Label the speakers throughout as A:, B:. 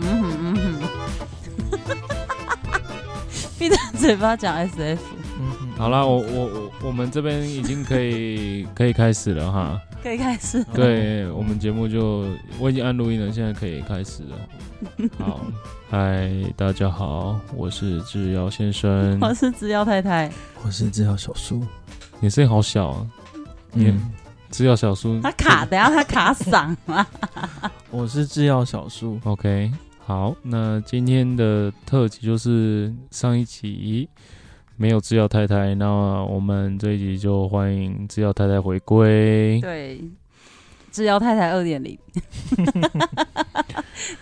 A: 嗯 嘴巴讲 SF，
B: 嗯嗯，好啦，我我我我们这边已经可以 可以开始了哈。
A: 可以开始。
C: 哦
B: 对我们节目就我已经按录音了，现在可以开始 了。好，嗨，大家好，我是智瑶先生。
A: 我是资料太太，
C: 我是治疗小叔。
B: 你声音好小啊，你
C: 嗯，
B: 智瑶小叔。
A: 他卡，等一下他卡嗓 了。
C: 我是制药小叔。
B: OK，好，那今天的特辑就是上一集没有制药太太，那我们这一集就欢迎制药太太回归。
A: 对，资料太太二点 零，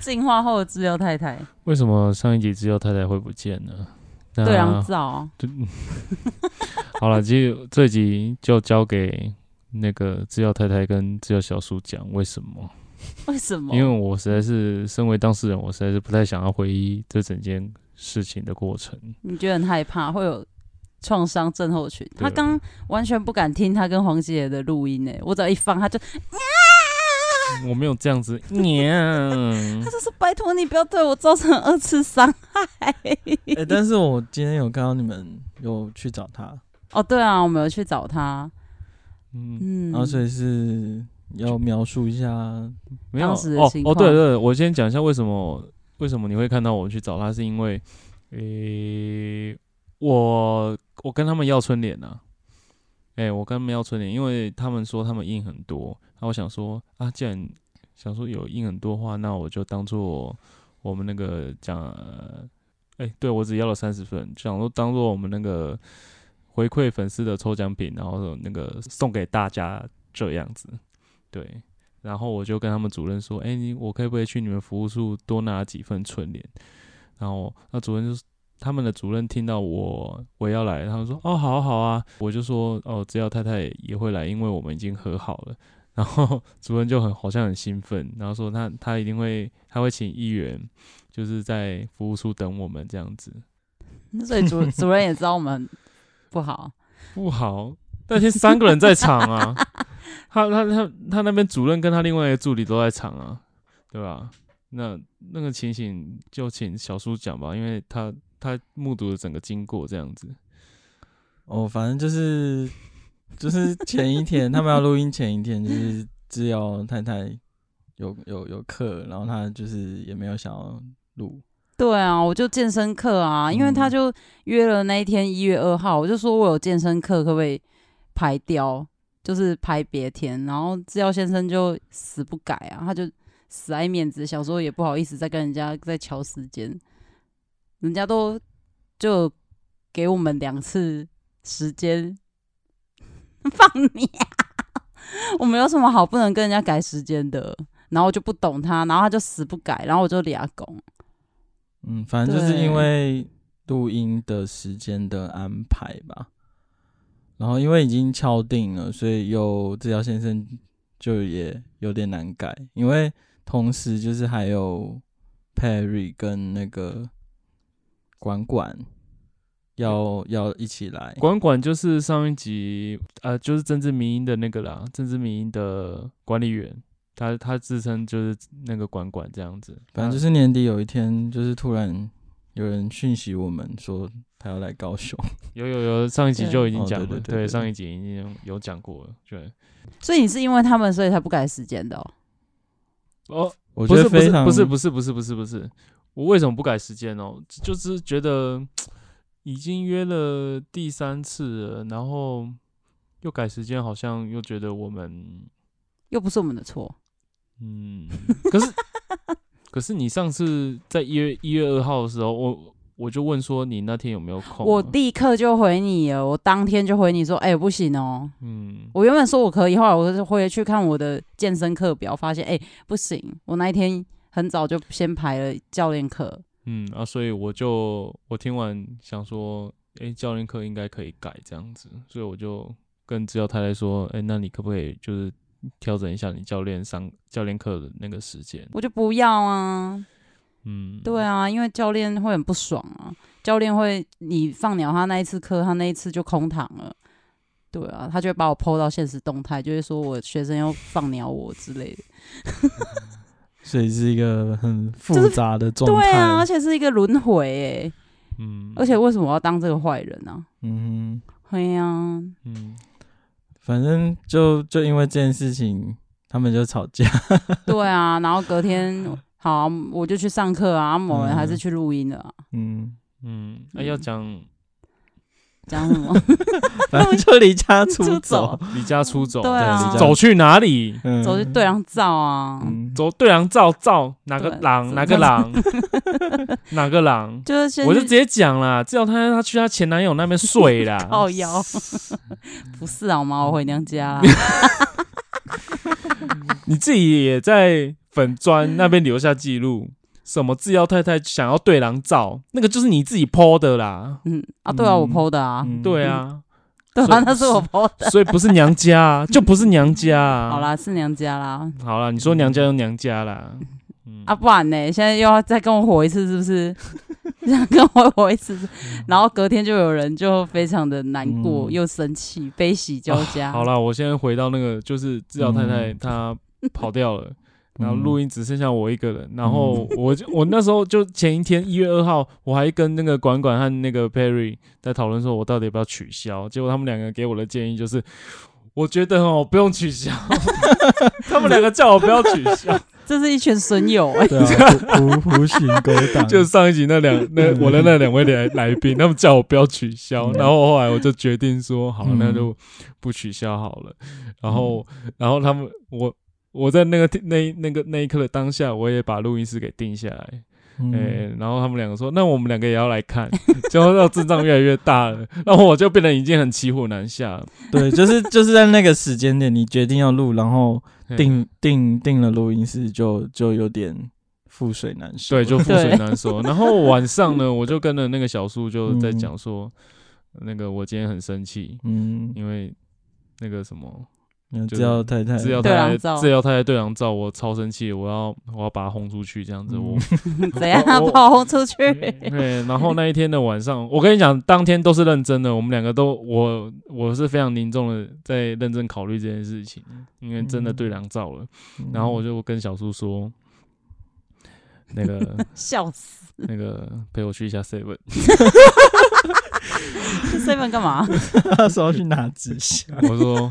A: 进化后的资料太太，
B: 为什么上一集制药太太会不见呢？那
A: 对狼照啊，
B: 对好了，其实这集就交给那个制药太太跟制药小叔讲为什么，
A: 为什么？
B: 因为我实在是身为当事人，我实在是不太想要回忆这整件事情的过程。
A: 你觉得很害怕，会有创伤症候群。
B: 对
A: 他刚完全不敢听他跟黄姐的录音呢、欸我只要一放，他就啊
B: 我没有这样子， 娘
A: 他就说：“拜托你不要对我造成二次伤害。
C: 哎、但是我今天有看到你们有去找他，
A: 哦，对啊，我们有去找他，
B: 嗯，
A: 嗯，
C: 然后哦所以是要描述一下，
B: 没有
A: 当时的
B: 哦
A: 情
B: 哦，
A: 况
B: 对对，我先讲一下为什么为什么你会看到我去找他，是因为，诶、我我跟他们要春联啊，诶、我跟他们要春联，因为他们说他们印很多，那我想说啊，既然想说有印很多话，那我就当做我们那个讲，呃诶、对我只要了三十份，就想说当做我们那个回馈粉丝的抽奖品，然后那个送给大家这样子，对。然后我就跟他们主任说：“哎、你我可不可以去你们服务处多拿几份春联？”然后那主任就是他们的主任听到我我要来，他们说：“哦，好啊好啊。”我就说：“哦，只要太太也会来，因为我们已经和好了。”然后 主任就很好像很兴奋，然后说他他一定会他会请议员就是在服务处等我们这样子。
A: 所以主 主任也知道我们不好，
B: 不好，那天三个人在场啊，他他他他那边主任跟他另外一个助理都在场啊，对吧？那那个情形就请小叔讲吧，因为他他目睹了整个经过这样子。
C: 哦，反正就是就是前一天他们要录音前一天，就是制药太太有有有课，然后他就是也没有想要录，
A: 对啊，我就健身课啊，因为他
C: 嗯
A: 就约了那一天一月二号，我就说我有健身课，可不可以排掉，就是排别天？然后制药先生就死不改啊，他就死爱面子，想说也不好意思再跟人家再敲时间，人家都就给我们两次时间， 放你、啊我们有什么好不能跟人家改时间的？然后我就不懂他，然后他就死不改，然后我就俩拱。
C: 嗯，反正就是
A: 对
C: 因为录音的时间的安排吧，然后因为已经敲定了，所以又治疗先生就也有点难改，因为同时就是还有 Perry 跟那个管管
B: 嗯
C: 要要一起来，
B: 管管就是上一集呃，就是政治民音的那个啦，政治民音的管理员，他他自称就是那个管管这样子，
C: 反正就是年底有一天，就是突然有人讯息我们说他要来高雄，
B: 有有有上一集就已经
C: 哦
B: 讲
C: 对
B: 了，
C: 对对
B: 对
C: 对
B: 上一集已经有讲过了，对
A: 所以你是因为他们，所以才不改时间的、哦。
B: 哦，
C: 我
B: 不
C: 觉
B: 是
C: 得
B: 不
C: 非
B: 是
C: 常
B: 不是不是不是不是不是，我为什么不改时间哦？就是觉得已经约了第三次了，然后又改时间，好像又觉得我们
A: 又不是我们的错。
B: 嗯，可是可是你上次在一月一月二号的时候，我我就问说你那天有没有空啊、
A: 我立刻就回你了，我当天就回你说，哎、不行哦。
B: 嗯，
A: 我原本说我可以，后来我就回去看我的健身课表，发现哎、不行，我那一天很早就先排了教练课。
B: 嗯啊，所以我就我听完想说，诶，教练课应该可以改这样子，所以我就跟指导太太说，诶，那你可不可以就是调整一下你教练上教练课的那个时间？
A: 我就不要啊，
B: 嗯，
A: 对，啊，因为教练会很不爽啊，教练会你放鸟他那一次课，他那一次就空堂了。对啊，他就会把我抛到现实动态，就会说我学生要放鸟我之类的。
C: 所以是一个很
A: 就
C: 复
A: 是
C: 杂的状
A: 啊
C: 态。
A: 对啊，而且是一个轮回哎、
B: 嗯，
A: 而且为什么我要当这个坏人呢、
C: 嗯哼，
A: 啊？哎呀、
B: 嗯，
C: 反正就就因为这件事情，他们就吵架。
A: 对啊，然后隔 天好啊、我就去上课啊，某人还是去录音了、啊，
C: 嗯，
B: 嗯，那、要讲
A: 讲什 么？
C: 反正就离家出
A: 出
C: 走
A: 走。
B: 离家出走，
A: 对啊
C: 对，
B: 走去哪里？
C: 嗯
A: 走去对狼照啊，
C: 嗯
B: 走对狼照照哪个
A: 对
B: 狼
A: 走
B: 哪个狼哪个狼？
A: 就是先
B: 我就直
A: 去。
B: 接讲啦，叫他他去他前男友那边睡啦
A: 靠腰，
C: 嗯
A: 不是啊，我妈，我回娘家啦。
B: 你自己也在粉砖那边留下记录，什么制药太太想要对狼照，那个就是你自己 PO 的啦。
A: 嗯啊，对啊，我
C: 嗯
A: 剖的啊，
C: 嗯
B: 对啊，
A: 对
B: 所
A: 啊，
B: 以
A: 那是我剖的。
B: 所以不是娘家啊，就不是娘家啊。
A: 好，啦，是娘家啦。
B: 好啦，你说娘家就娘家啦。嗯
A: 啊，不然呢？现在又要再跟我活一次，是不是？ 想跟我活一次，
B: 嗯
A: 然后隔天就有人就非常的难过，
C: 嗯
A: 又生气，悲喜交加。
B: 哦啊好，啦，我现在回到那个，就是制药太太
C: 嗯
B: 她跑掉了。
C: 嗯
B: 然后录音只剩下我一个人，然后我就我那时候就前一天一月二号，我还跟那个管管和那个 Perry 在讨论说，我到底要不要取消？结果他们两个给我的建议就是，我觉得哦不用取消， 他们两个叫我不要取 消，
A: 这是一群损友 哎、
C: 对啊，无无无形勾当，
B: 就是上一集那两那我的那两位来来宾，他们叫我不要取消，
C: 嗯
B: 然后后来我就决定说，好，
C: 嗯
B: 那就不取消好了。然后，然后他们我我在那个那那个那一刻的当下，我也把录音室给定下来。
C: 嗯
B: 哎、然后他们两个说，那我们两个也要来看，结果到阵仗越来越大了，然后我就变得已经很骑虎难下了。
C: 对，就是就是在那个时间点，你决定要录，然后
B: 哎
C: 定定定了录音室就，就有点覆水难收
B: 对，
C: 了。
B: 就覆
A: 对
B: 水难收。然后晚上呢，我就跟着那个小树就在讲说，那个我今天很生气，
C: 嗯，
B: 因为那个什么。
C: 你
B: 就
C: 知道太太，
B: 制药
A: 对
B: 太
A: 狼
B: 太，
A: 照
B: 制药太太对狼照，我超生气，我要我要把他轰出去，这样子我。
A: 怎样
B: 我嗯
A: 跑出去？
B: 对，然后那一天的晚上，我跟你讲，当天都是认真的，我们两个都我我是非常凝重的在认真考虑这件事情，因为真的对狼照了。
C: 嗯
B: 然后我就跟小叔说，那个
A: 笑死！
B: 那个陪我去一下 seven，
A: 去 seven 干 嘛？
B: 哎
C: 那时候去拿纸箱，
B: 我说，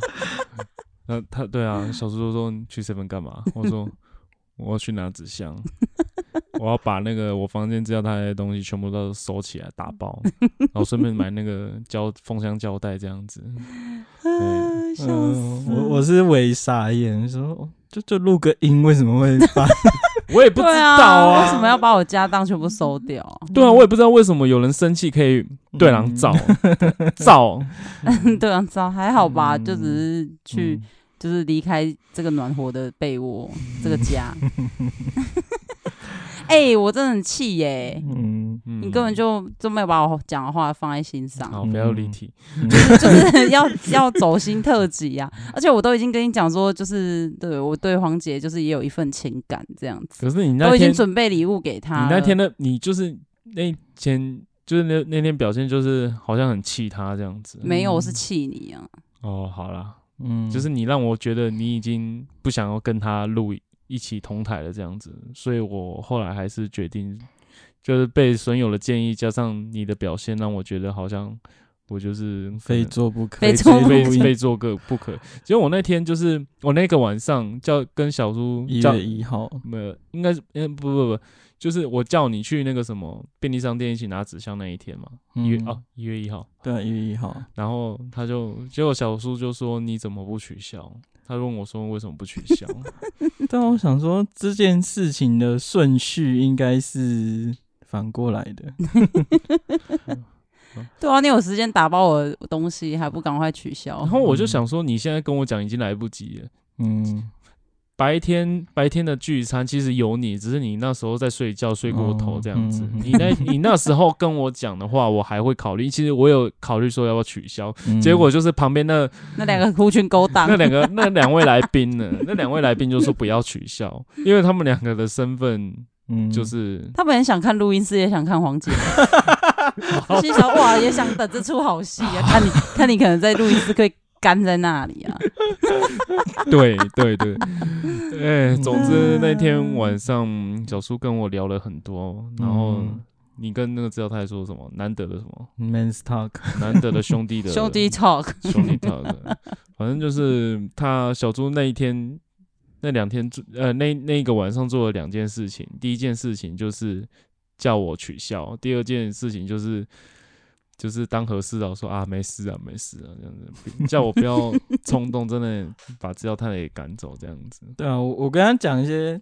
B: 呃，他对啊，小叔叔说你去 seven 干嘛？我说我要去拿纸箱，我要把那个我房间知道他的东西全部都收起来打包，然后顺便买那个胶封箱胶带这样子。
A: 啊 笑
C: 嗯，
A: 死！
C: 我我是为傻眼，说哦就就录个音，为什么会发？
B: 我也不知
A: 对
B: 道
A: 啊，
B: 啊，
A: 为什么要把我家当全部收掉？
B: 对啊，我也不知道为什么有人生气可以
C: 嗯
B: 对狼 照照，
A: 对啊，糟还好吧，
C: 嗯
A: 就只是去、
C: 嗯
A: 就是离开这个暖和的被 窝，这个家。哎、我真的很气耶、
C: 嗯，
B: 嗯哦
A: 你根本就就没有把我讲的话放在心上，
B: 好，不要离题。
C: 嗯
A: 就是要要走心特辑啊！而且我都已经跟你讲说，就是对我对黄姐就是也有一份情感这样子，
B: 可是你
A: 都
B: 那
A: 已
B: 天
A: 经
B: 你
A: 准备礼物给她了。
B: 那天的你就是那天就是那那天表现就是好像很气他这样子。
A: 没有，我是气你啊！
B: 哦，好啦，
C: 嗯
B: 就是你让我觉得你已经不想要跟他录一起同台了这样子，所以我后来还是决定，就是被损友的建议加上你的表现，让我觉得好像我就是可
C: 非
B: 能
C: 做不可，
A: 非做 不可
B: 非
C: 录
B: 非
C: 音。
B: 做个不可。结果我那天就是我那个晚上叫跟小叔
C: 一
B: 叫
C: 月一号，
B: 没有，应该是嗯不不不，就是我叫你去那个什么便利商店一起拿纸箱那一天嘛，一月
C: 嗯
B: 哦一月一号，
C: 对，一月一号，
B: 然后他就，结果小叔就说：“你怎么不取消？”他问我说：“为什么不取 消
C: 但我想说这件事情的顺序应该是反过来 的。
A: 对啊，你有时间打包我的东西，还不赶快取？”消
B: 然？后我就想说：“你现在跟我讲已经来不及了。
C: 嗯，
B: 白天白天的聚餐其实有你，只是你那时候在睡觉，睡过头这样子。
C: 哦嗯
B: 你那你那时候跟我讲的话，我还会考虑。其实我有考虑说要不要取消，
C: 嗯
B: 结果就是旁边那
A: 那两个狐群勾当
B: 那，两个那两位来宾呢，那两位来宾就说不要取 消，因为他们两个的身份
C: 嗯
B: 就是
A: 他本来想看录音室，也想看黄 姐，心想哇，也想等这出好戏啊！看你看你可能在录音室可以干在那里啊，
C: 嗯
B: 对对对， 哎、总之那天晚上小叔跟我聊了很多，然后
C: 嗯
B: 你跟那个资料太说什么难得的什么
C: Men's Talk，
B: 难得的兄弟的
A: 兄弟 talk，
B: 兄弟 talk，反正就是他小猪那一天那两天做呃那那个晚上做了两件事情，第一件事情就是叫我取笑，第二件事情就是。就是当和事佬说啊，没事啊，没事啊，这样子， 叫我不要冲动，真的把资料太给赶走，这样子。
C: 对啊，我我跟他讲一些，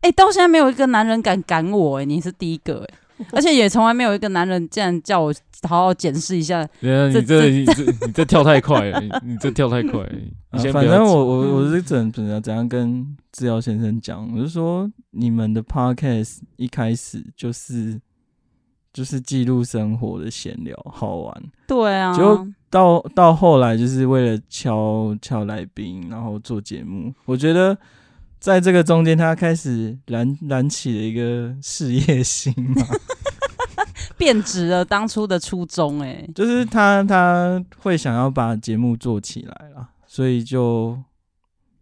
A: 哎、到现在没有一个男人敢赶我、哎，你是第一个、 哎，而且也从来没有一个男人竟然叫我好好检视一下，
B: 对啊，你这你这你这跳太快了，你你这跳太 快了。你
C: 啊
B: 先不
C: 反
B: 要
C: 正
B: 急
C: 我我我
A: 嗯
C: 是怎怎样怎样跟治疗先生讲，我就说你们的 podcast 一开始就是就是记录生活的闲聊，好玩。
A: 对啊，
C: 就到到后来就是为了敲敲来宾，然后做节目。我觉得在这个中间，他开始燃燃起了一个事业心嘛，
A: 变质了当初的初衷、哎，
C: 就是他他会想要把节目做起来啦，所以就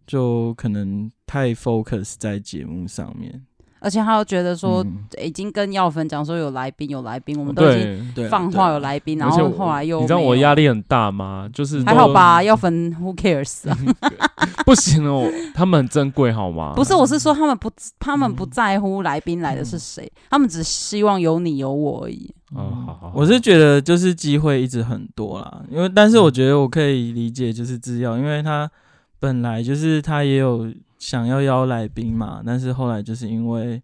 C: 就可能太 focus 在节目上面。
A: 而且他又觉得说、
C: 嗯
A: 已经跟耀芬讲说有来宾有来宾，我们都已经
B: 对，
C: 对啊
A: 放
C: 对啊
A: 话有来宾，然
B: 而且
A: 后
B: 我
A: 后来又
B: 你知道
A: 没
B: 我
A: 有
B: 压力很大吗？就是
A: 还
B: 都嗯
A: 好，吧，耀芬 who cares 啊？
B: 不行哦，他们很珍贵好吗？
A: 不是，我是说他们不他们不
C: 嗯
A: 在乎来宾来的
B: 嗯
A: 是谁，他们只希望有你有我而已。
B: 哦好好好
C: 嗯我是觉得就是机会一直很多啦，因为但是我觉得我可以理解就是制药，因为他本来就是他也有想要邀来宾嘛，但是后来就是因为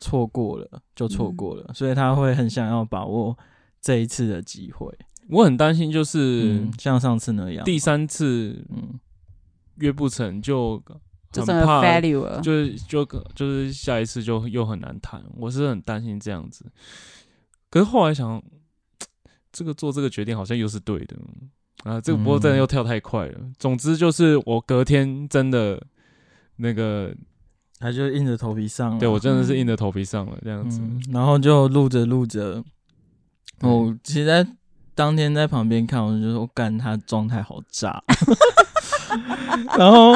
C: 错过了就错过
B: 嗯
C: 了，所以他会很想要把握这一次的机会，
B: 我很担心，就是
C: 嗯，像上次那样，
B: 第三次
C: 嗯，
B: 约不成就
A: 就
B: 很
A: 真的
B: 怕
A: value
C: 啊
A: 了，
B: 就是就就是下一次就又很难谈，我是很担心这样子。可是后来想，这个做这个决定好像又是对的啊，这个
C: 嗯
B: 不过真的又跳太快了。总之就是我隔天真的那个，
C: 他就硬着头皮上了，啊
B: 对我真的是硬着头皮上了这样子。
C: 嗯，然后就录着录着，
B: 对
C: 我其实在当天在旁边看，我就说，我干，他状态好炸。 然后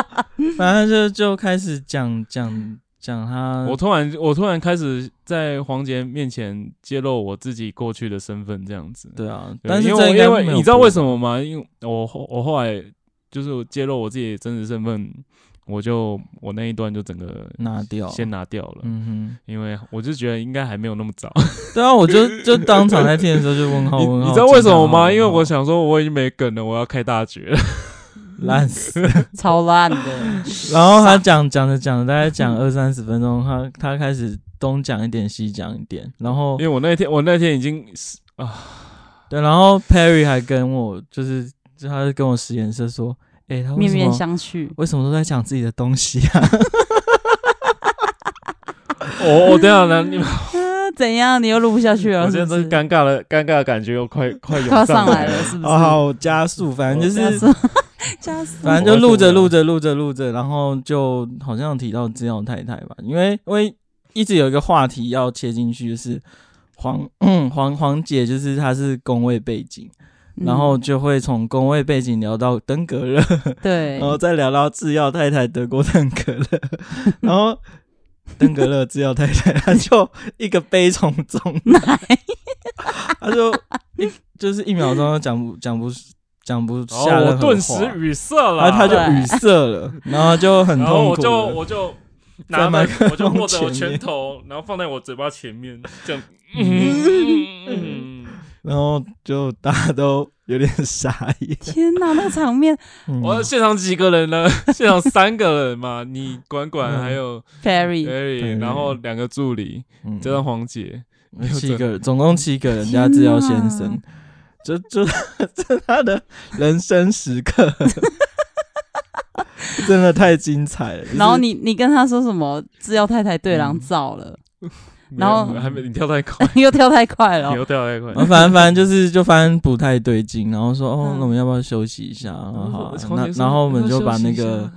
C: 反正就就开始讲讲讲他，
B: 我突然，我突然开始在黄杰面前揭露我自己过去的身份，这样子。
C: 对啊，
B: 对，
C: 但是
B: 因
C: 这应
B: 为
C: 该
B: 我因为你知道为什
C: 么？
B: 么吗？因为我后我后来就是我揭露我自己的真实身份，我就我那一段就整个
C: 拿掉，
B: 先拿掉了，
C: 哦嗯
B: 因为我就觉得应该还没有那么早。
C: 哼，对啊，我就就当场在听的时候就哦问号
B: 你
C: 问号，
B: 你知道为什么吗？因为
C: 惊叹号
B: 我想说我已经没梗了，我要开大绝了。
C: 烂 死。
A: 超烂的。
C: 然后他讲讲着讲着，大概讲二三十分钟，他他开始东讲一点西讲一点，然后
B: 因为我那天我那天已经是啊
C: 对，然后 Perry 还跟我就是，就他就跟我实验室说，哎、他为
A: 面
C: 什
A: 面
C: 么
A: 相觑，
C: 为什么都在讲自己的东西啊？
B: 我我等一下呢，你
A: 那啊怎样？你又录不下去了？
B: 我
A: 是
B: 现在
A: 不
B: 真是
A: 是
B: 尴尬了，尴尬的感觉又快
A: 快
B: 快
A: 要
B: 涌
A: 上来
B: 来啊
A: 了，。是不
C: 好
A: 是？
C: 好，我加速，反正就
A: 加
C: 是，
A: 速，加速。
C: 反正就录着录着录着录着，然后就好像提到资料太太吧，因为因为一直有一个话题要切进去，就是黄嗯黄黄姐，就是她是工位背景，
A: 嗯
C: 然后就会从工位背景聊到登革热。
A: 对
C: 然，
B: 呃
C: 后再聊到制药太太德国登革热， 然后登革热制药太太，她就一个悲从中来，她就一就是一秒钟都讲不讲不讲不
B: 然后
C: 下
B: 哦我
C: 任何
B: 顿时
C: 话，
B: 语塞了，
C: 然后她就
A: 对
C: 语塞了，然后就很
B: 然后
C: 痛
B: 我
C: 苦
B: 就
C: 了。
B: 我就
C: 在
B: 拿
C: 麦
B: 麦，
C: 克
B: 我就
C: 风
B: 握着我
C: 前面
B: 拳头，然后放在我嘴巴前面，这样。
C: 嗯
B: 嗯
C: 然后就大家都有点傻眼。
A: 天哪，那个场 面
C: 嗯
B: 我现场几个人呢？现场三个人嘛，你管管
C: 嗯
B: 还有
A: ，Ferry，
B: Eric，然后两个助理，
C: 嗯
B: 加上黄姐，
C: 七个人，总共七个人加制药先 生，这 这这他的人生时刻， 真的太精彩了。就是
A: 然后你你跟他说什么？制药太太
B: 嗯
A: 对狼照了， 然后
B: 没有还没你跳太快，
A: 又跳太快了
B: 你。又跳太快
C: 然。 后反正反正就是就发现不太对劲，然后说哦，
A: 嗯
C: 那我们要不要休息一下？啊好啊
B: 嗯
C: 那
B: 我，黄姐说
C: 然后我们就把那，
B: 要不要休息
C: 个
B: 一下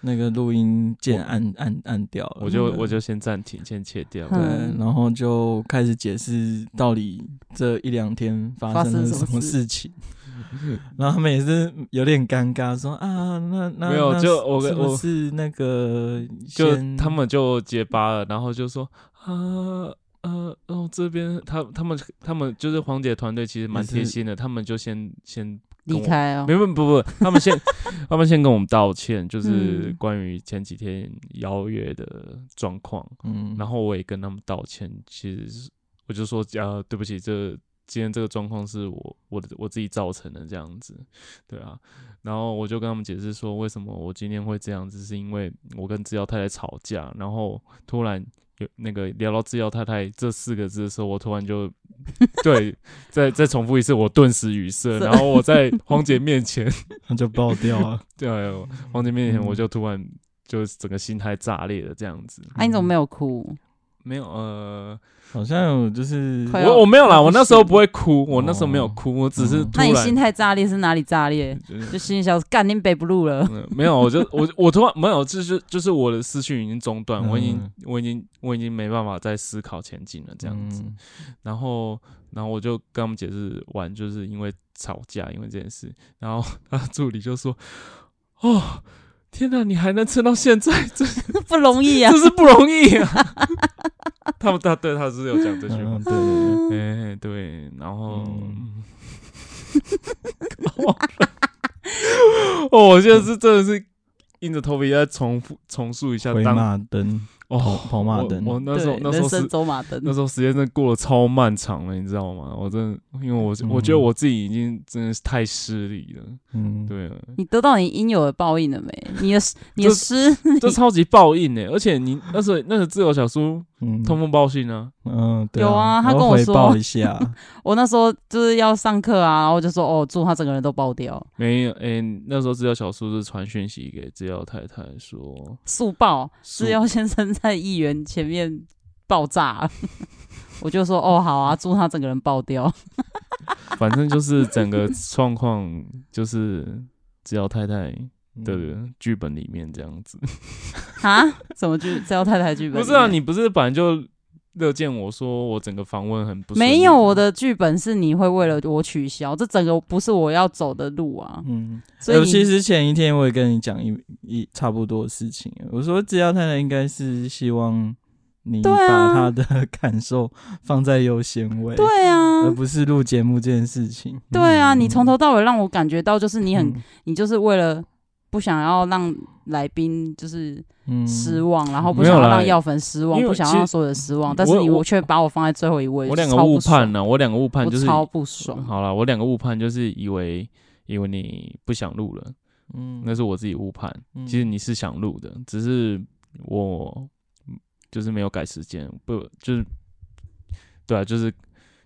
C: 那个录音键按按按掉了。
B: 我就
C: 嗯
B: 我就先暂停，先切掉。
A: 嗯
C: 对，然后就开始解释到底这一两天发
A: 发
C: 生
A: 生
C: 了
A: 什么
C: 什么
A: 事
C: 事情， 然后他们也是有点尴尬，说啊，那那
B: 没有
C: 那
B: 就是我跟
C: 是不
B: 我
C: 是那个
B: 就
C: 先
B: 他们就结巴了，然后就说啊，呃，哦，这边他他们他们就是黄姐团队其实蛮贴心的，他们就先先
A: 离开哦
B: 没。问不不，他们先他们先跟我们道歉，就是
A: 嗯
B: 关于前几天邀约的状况，
C: 嗯，
B: 然后我也跟他们道歉，其实是我就说啊，对不起，这今天这个状况是我我的我自己造成的这样子，对啊，然后我就跟他们解释说，为什么我今天会这样子，是因为我跟制药太太吵架，然后突然。有那个聊到“制药太太”这四个字的时候，我突然就 对再再重复一次，我顿时语塞。然后我在黄姐面前
C: 那就爆掉了。
B: 对，啊黄姐面前
C: 嗯
B: 我就突然就是整个心态炸裂了，这样子。
A: 啊，你怎么没有哭？
B: 没有呃，
C: 好像有就是
A: 快要
B: 我我没有啦，
A: 要不
B: 我那时候
A: 行
B: 不会哭，我那时候没有
C: 哦
B: 哭，我只是
C: 嗯
B: 突
A: 那
B: 然嗯
A: 你心态炸裂是哪里炸裂？
B: 就是
A: 就心里想说，干你北不录了。
B: 嗯没有，我就我我突然没有，就是就是我的思绪已经中断，我已经
C: 嗯
B: 我已经我已经没办法再思考前进了，这样子。
C: 嗯
B: 然后，然后我就跟他们解释完，就是因为吵架，因为这件事。然后他助理就说：“哦，天哪，你还能撑到现在， 这
A: 不容易 啊
B: 真。是不容易啊！”他们他对他是有讲这句话
C: 嗯，对对对，
B: 哎、对，然后。
C: 嗯
B: 哦，我现在是真的是硬着头皮再重复重述一下
C: 回
B: 当
C: 马灯，跑
B: 哦，
C: 跑马灯，
B: 我我那时候
A: 对，
B: 那时
A: 人
B: 候
A: 生
B: 是
A: 走马灯
B: 那。时候时间真的过得超漫长了，你知道吗？我真的，因为我、
C: 嗯
B: 我觉得我自己已经真的是太失礼了，
C: 嗯，
B: 对啊，
A: 你得到你应有的报应了没？你的你的
B: 这
A: 诗，
B: 这超级报应呢、而且你那时候那个自由小叔
C: 嗯，
B: 通风报信啊，
C: 嗯，对
A: 有啊他
C: 我要
A: 跟我
C: 回
A: 说
C: 报一下，
A: 我那时候就是要上课啊，然后我就说哦，祝他整个人都爆掉，
B: 没有，哎、那时候自由小叔是传讯息给自由太太说，
A: 速爆，
B: 速
A: 是要先生在议员前面爆 炸。我就说哦，好啊，祝他整个人爆掉。
B: 反正就是整个状况就是自由太太
C: 嗯，
B: 的剧本里面这样子。
A: 啊？什么剧？这要太太剧本？
B: 不是啊，你不是本来就乐见我说我整个访问很不顺利
A: 没有我的剧本是你会为了我取消，这整个不是我要走的路啊。
C: 嗯，
A: 所以
C: 呃
A: 你
C: 其实前一天我也跟你讲一一差不多的事情，啊我说只要太太应该是希望你
A: 对啊
C: 把他的 感受放在优先位，
A: 对啊
B: 嗯
C: 而，不是录节目这件事情。
A: 对啊，
C: 嗯
A: 你从头到尾让我感觉到就是你很，
C: 嗯
A: 你就是为了不想要让来宾就是
C: 嗯
A: 失望，然后不
B: 没有
A: 想要
B: 啦
A: 让药粉失望，
B: 因为
A: 不想要
B: 其实
A: 让所有人失望，但是
B: 我
A: 你
B: 我
A: 我却把我放在最后一位，
B: 我两个
A: 超
B: 误
A: 不爽
B: 判呢、啊我两个误判
A: 我
B: 就是
A: 超不爽。
B: 好了，我两个误判就是以为以为你不想录了，
C: 嗯
B: 那是我自己误判。
C: 嗯
B: 其实你是想录的，只是我嗯就是没有改时间，不就是对啊，就是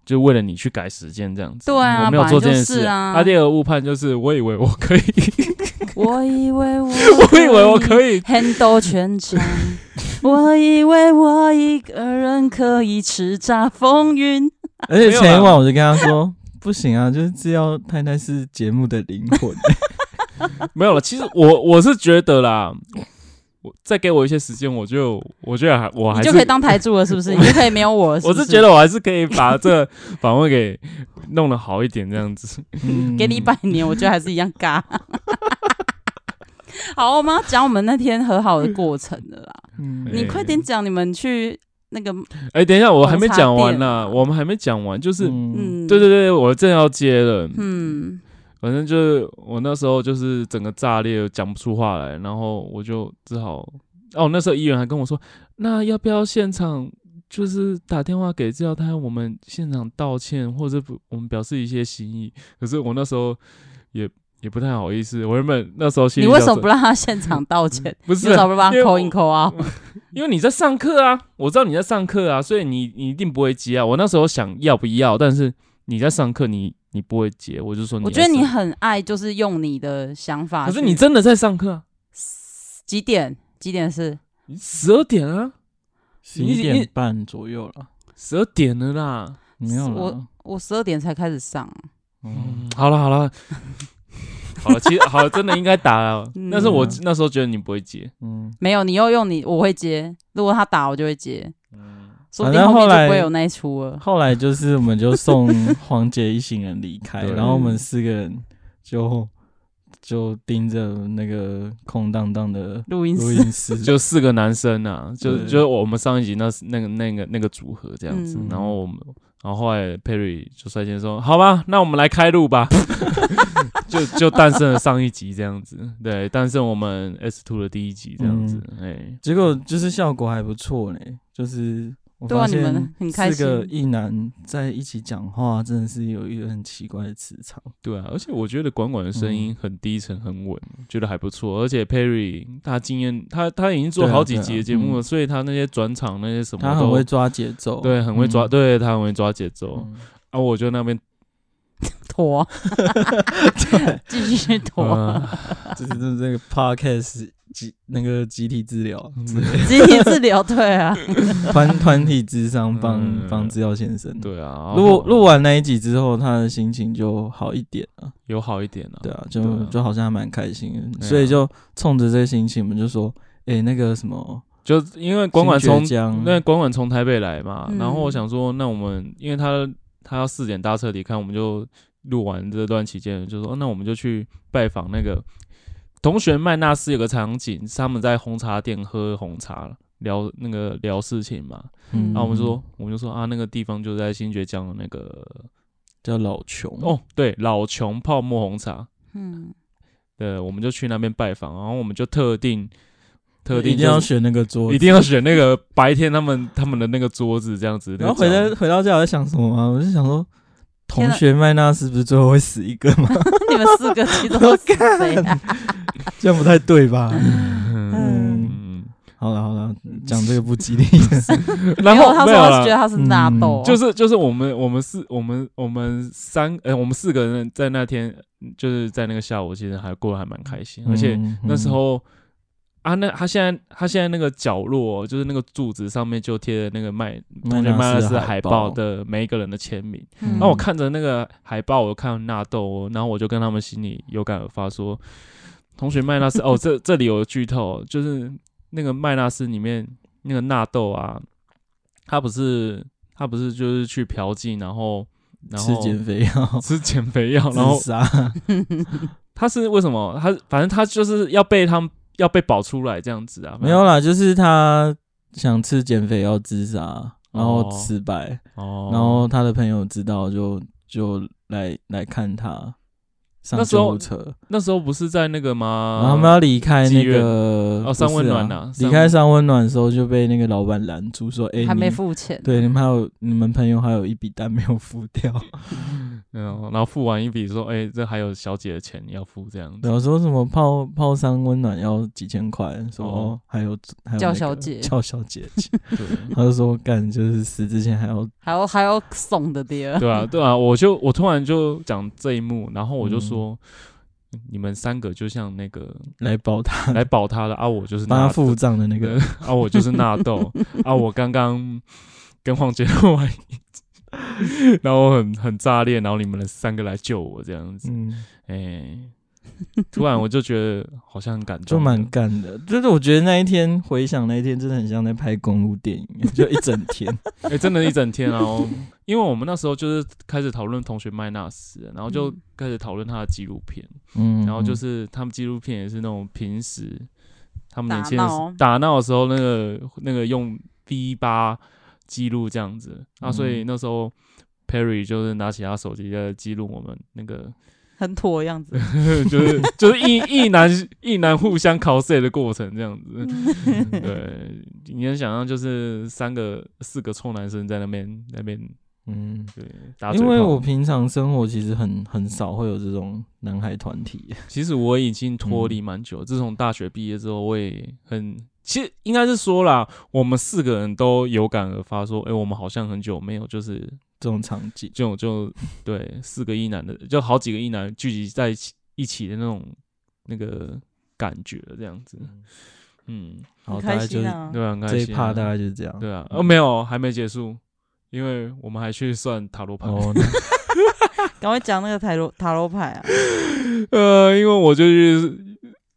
B: 就为了你去改时间这样子。
A: 对啊
B: 我没有做这件
A: 本来就
B: 事
A: 是啊
B: 第二个误判就是我以为我可以，
A: 我以为我，
B: 我以为我可以
A: handle 全场，我以为我一个人可以叱咤风云。
C: 而且
B: 没有
C: 前一
B: 啦
C: 晚我就跟他说，不行啊，就是只要太太是节目的灵 魂，
A: 嗯
B: 没有了。其实我我是觉得啦，我再给我一些时间，我就我觉得还我还
A: 你
B: 是
A: 就可以当台柱了，是不 是？你就可以没有我了
B: 我
A: 不
B: 是觉得我还是可以把这访问给弄得好一点，这样子。
C: 嗯
A: 给你一百年，我觉得还是一样 尬。好，我们要讲我们那天和好的过程的啦。
C: 嗯
A: 你快点讲你们去那个，
B: 哎、等一下，我还没讲完
A: 红茶
B: 呢，
A: 店
B: 我们还没讲完，就是、
C: 嗯
A: 啊嗯，
B: 对对，对，我正要接了。
A: 嗯，
B: 反正就是我那时候就是整个炸裂，讲不出话来，然后我就只好哦，那时候议员还跟我说，那要不要现场就是打电话给治疗他，我们现场道歉，或者不我们表示一些心意。可是我那时候也也不太好意思，我原本那时候心里
A: 你为
B: 想
A: 什么
B: 说
A: 不让他现场道歉？
B: 不
A: 你
B: 是啊
A: 为什么不让
B: 因
A: 他
B: 为
A: 扣
B: 我
A: 一扣啊？
B: 因为你在上课啊，我知道你在上课啊，所以你你一定不会接啊。我那时候想要不要，但是你在上课，你你不会接，我就说你。
A: 我觉得你，很爱，就是用你的想法
B: 可
A: 去。
B: 是你真的在上课啊，
A: 几点？几点是？
B: 十二点啊，
C: 十
B: 你
C: 一
B: 你
C: 点半左右了，
B: 十二点了啦。
C: 没有了
A: 我。我十二点才开始上，啊
C: 嗯
B: 嗯，好了好了， 好了，其实好了，真的应该打了
A: 嗯，
B: 但是我那时候觉得你不会接，
C: 嗯，
A: 没有你又用你，我会接。如果他打，我就会接。
B: 嗯
A: 说不定
C: 反正
A: 面
C: 后
A: 就
C: 来
A: 不会有那一出 了。
C: 后来就是我们就送黄姐一行人离开，
B: 对
C: 然后我们四个人就就盯着那个空荡荡的
A: 录音
C: 录
A: 室，
C: 音室，
B: 就四个男生啊，就
C: 对
B: 就是我们上一集那那个那个那个组合这样子，
A: 嗯
B: 然后我们，然后后来 Perry 就率先说，好吧，那我们来开录吧， 就就诞生了上一集这样子，对，诞生我们 S Two 的第一集这样子，哎、
C: 结果就是效果还不错嘞，就是我
A: 对啊
C: 发现
A: 你们很开心
C: 四个一男在一起讲话，真的是有一个很奇怪的磁场。
B: 对啊，而且我觉得管管的声
C: 嗯
B: 音很低沉很稳，觉得还不错，而且 Perry 他经验，他他已经做
C: 对啊
B: 好几
C: 对啊
B: 集的节目了，
C: 嗯
B: 所以他那些转场那些什么
C: 他
B: 都
C: 很会抓节奏，
B: 对，很会抓，
C: 嗯，
B: 对他很会抓节奏。
C: 嗯
B: 啊，我就那边
A: 拖，继续拖，
B: 嗯
C: 这是这 个 podcast 集那个集体治疗，
A: 集体治疗，对啊，
C: 团团体智商
B: 嗯
C: 帮帮治疗先生。，
B: 对啊，
C: 录录完那一集之后，他的心情就好一点了。
B: 有好一点啊。
C: 对啊，就
B: 对啊
C: 就好像还蛮开心
B: 对
C: 的，
B: 啊
C: 所以就冲着这个心情，我们就说，哎，那个什么，
B: 就因为管管
C: 新
B: 从
C: 觉江
B: 那管管从台北来嘛，
A: 嗯
B: 然后我想说，那我们因为他他要四点搭车离开，我们就录完这段期间，就说、哦那我们就去拜访那个同学麦纳斯有个场景，是他们在红茶店喝红茶。聊那个聊事情嘛，
A: 嗯
B: 然后我们就说，我们就说啊，那个地方就在新觉江的那个
C: 叫老穷，
B: 哦，对，老琼泡沫红茶，
A: 嗯，
B: 对，我们就去那边拜访，然后我们就特定特定
C: 一定
B: 就
C: 要
B: 是
C: 选那个桌
B: 一
C: 子。
B: 定要选那个白天他们他们的那个桌子这样子，
C: 然后
B: 那
C: 回
B: 个
C: 来
B: 角
C: 回到家，我在想什么吗？我就想说，
A: 天
C: 同
A: 啊
C: 学麦纳斯不是最后会死一个 吗？
A: 你们四个 其实都是啊这样，
C: 这样不太对吧？
A: 嗯
C: 嗯，
B: 嗯，
C: 好了好了，讲这个不吉利。
B: 然后
A: 没有他说
B: 没有
A: 他是觉得
B: 啦嗯
A: 他是纳豆，啊
B: 就是是就是我们我们四我们我们三呃我们四个人在那天就是在那个下午，其实还过得还蛮开心，而且
C: 嗯
B: 那时，候。啊，那他现在他现在那个角落，就是那个柱子上面就贴了那个麦
C: 嗯麦
B: 同
C: 纳
B: 学
C: 斯
B: 麦纳斯
C: 的
B: 海
C: 海
B: 报
C: 报
B: 的每一个人的签名，
A: 嗯
B: 那我看着那个海报，我看到纳豆，然后我就跟他们心里有感而发说，同学麦纳斯哦，这这里有剧透，就是那个麦纳斯里面那个纳豆啊，他不是他不是就是去嫖妓，然后
C: 嗯
B: 然
C: 吃
B: 后
C: 减肥药，
B: 吃减肥药， 然后
C: 自杀，
B: 他是为什么他反正他就是要被他们要被保出来这样子啊，
C: 没有啦，就是他想吃减肥药自杀，然后失败，
B: 哦，
C: 然后他的朋友知道就就来来看他，上
B: 那时候
C: 救护车，
B: 那时候不是在那个吗？
C: 然后他们要离开
B: 妓
C: 那
B: 院
C: 个
B: 哦三温暖
C: 呐、
B: 啊三
C: 离
B: 温
C: 开三温暖的时候就被那个老板拦住说，哎、
A: 还没
C: 你
A: 付钱，
C: 对，你们还有你们朋友还有一笔单没有付 掉，
B: 嗯，然后付完一笔说，哎、这还有小姐的钱要付这样子。
C: 然后说什么泡泡桑温暖要几千块，说
B: 哦
C: 哦还有还有
A: 叫
C: 那个
A: 小姐
C: 叫小姐 姐，
B: 对。
C: 他就说干就是死之前还要
A: 还要还要送的 爹，
B: 对啊，对啊，我就我突然就讲这一幕，然后我就说，
C: 嗯
B: 你们三个就像那个
C: 来保他，
B: 来保他的啊，我就是
C: 帮他
B: 纳
C: 付账的那
B: 对
C: 个，
B: 啊，我就是纳豆啊，我刚刚跟黄杰录完一集，然后我很很炸裂，然后你们三个来救我这样子，
C: 嗯，
B: 哎、突然我就觉得好像很感动，
C: 就蛮干的。就是我觉得那一天回想那一天，真的很像在拍公路电影，欸就一整 天。
B: 哎、真的，一整天啊！我因为我们那时候就是开始讨论同学麦纳斯，然后就
A: 嗯
B: 开始讨论他的纪录片，
C: 嗯，
B: 然后就是他们纪录片也是那种平时他们
A: 打
B: 年轻的时
A: 闹
B: 打闹的时候，那个那个用 V 八记录这样子。那、啊、所以
C: 嗯
B: 那时候 Perry 就是拿起他手机在记录我们那个，
A: 很妥的样子，
B: 就是就是一一男一男互相 cos 的过程这 样 子。对，你能想象就是三个四个臭男生在那边那边
C: 嗯，
B: 对打嘴炮
C: 因为我平常生活其实很很少会有这种男孩团体。
B: 其实我已经脱离蛮久，自从大学毕业之后，我也很，其实应该是说啦，我们四个人都有感而发，说，哎、我们好像很久没有就是
C: 这种场景，
B: 这种就对四个一男的，就好几个一男聚集在一起一起的那种那个感觉这样子，嗯，
C: 好，
A: 很
C: 大
A: 开
C: 概就
A: 心
C: 是
A: 啊，
B: 对啊，很开
C: 这一
B: 心啊、
C: 趴大概就是这样。
B: 对啊，哦，没有，还没结束，因为我们还去算塔罗牌，
C: 哦，
B: 啊
A: 赶快讲那个塔罗塔罗牌啊，
B: 呃，因为我就去，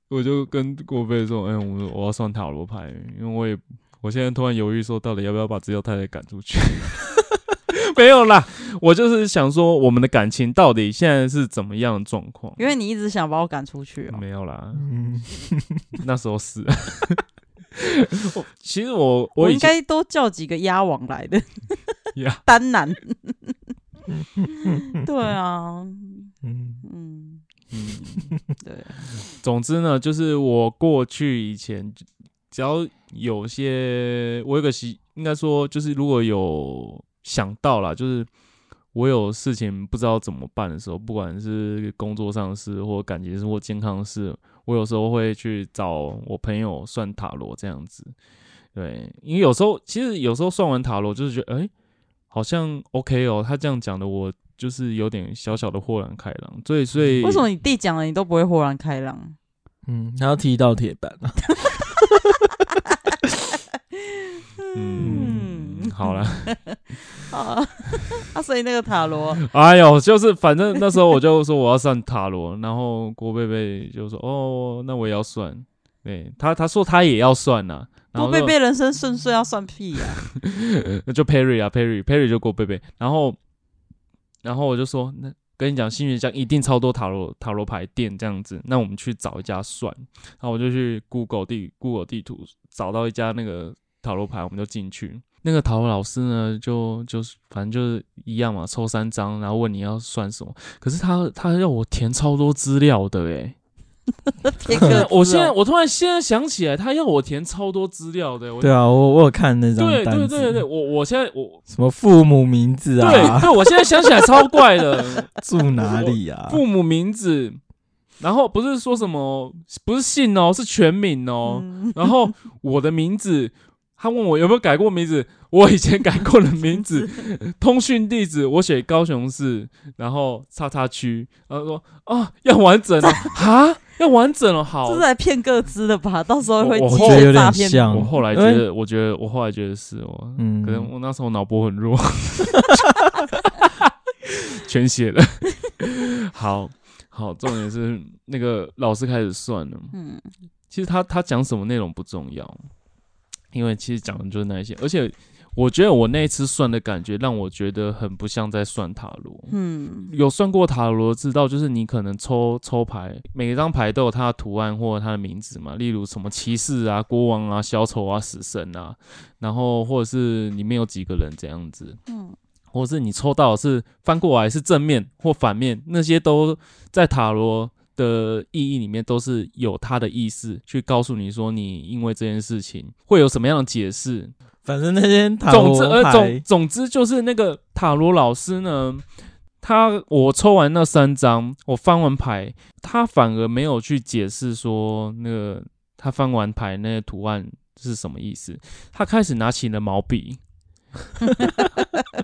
B: 我就跟郭飞说，哎、我我要算塔罗牌，因为我也我现在突然犹豫说，到底要不要把资料太太赶出去？ 没有啦，我就是想说我们的感情到底现在是怎么样的状况？
A: 因为你一直想把我赶出去哦。
B: 没有啦，
C: 嗯，
B: 那时候是。 我其实我我
A: 我
B: 以
A: 应
B: 前
A: 该多叫几个鸭王来的
B: 呀
A: 单男。对 啊，嗯，
B: 嗯
A: 对，
B: 总之呢，就是我过去以前，只要有些我有个习，应该说就是如果有想到啦，就是我有事情不知道怎么办的时候，不管是工作上的事或感情事或健康的事，我有时候会去找我朋友算塔罗这样子。对，因为有时候其实有时候算完塔罗，就是觉得哎、诶好像 OK 哦，他这样讲的我。就是有点小小的豁然开朗，所以所以
A: 为什么你弟讲了你都不会豁然开朗？
C: 嗯，他要踢到铁板啊，
B: 嗯
A: 嗯
B: 好了，
A: 啊， 啊，所以那个塔罗，
B: 哎呦，就是反正那时候我就说我要算塔罗，然后郭贝贝就说哦，那我也要算。对他，他说他也要算呐、然
A: 多
B: 后
A: 贝
B: 就
A: 贝人生顺遂要算屁啊呀、
B: 那就 Perry 啊，Perry Perry 就郭贝贝，然后然后我就说，那跟你讲，新源江一定超多塔罗塔罗牌店这样子，那我们去找一家算。然后我就去 Google 地 Google 地图找到一家那个塔罗牌，我们就进去。那个塔罗老师呢，就就是反正就是一样嘛，抽三张，然后问你要算什么。可是他他要我填超多资料的诶、
A: 那偏科、
B: 我现
A: 哦
B: 在我突然现在想起来，他要我填超多资料的、我
C: 对啊，我我有看那张
B: 对
C: 单
B: 对
C: 子，
B: 对对，我我现在我
C: 什么父母名字
B: 对
C: 啊，
B: 对，我现在想起来超怪的，
C: 住哪里啊？
B: 父母名字，然后不是说什么不是姓哦，是全名哦，
A: 嗯
B: 然后我的名字，他问我有没有改过名字，我以前改过的名字，通讯地址我写高雄市，然后叉叉区，然后说啊要完整哦，哈要完整哦，好
A: 这是。来骗各资的吧？到时候会
B: 我
A: 集
B: 我
C: 我觉得有
A: 结诈
C: 点
A: 骗。
C: 像，
B: 我后来觉
C: 因为，
B: 得，我觉得，我后来觉得是哦，
C: 嗯，
B: 可能我那时候脑波很 弱，全写了。 好好，重点是那个老师开始算了。
A: 嗯，
B: 其实他他讲什么内容不重要，因为其实讲的就是那一些。而且我觉得我那一次算的感觉，让我觉得很不像在算塔罗。
A: 嗯，
B: 有算过塔罗知道，就是你可能抽抽牌，每一张牌都有它的图案或者它的名字嘛，例如什么骑士啊、国王啊、小丑啊、死神啊，然后或者是里面有几个人这样子，
A: 嗯，
B: 或者是你抽到的是翻过来是正面或反面，那些都在塔罗的意义里面都是有它的意思，去告诉你说你因为这件事情会有什么样的解释，
C: 反正那些塔
B: 总之，
C: 罗
B: 呃，总
C: 牌，
B: 总之就是那个塔罗老师呢，他我抽完那三张，我翻完牌，他反而没有去解释说那个他翻完牌那个图案是什么意思，他开始拿起了毛笔。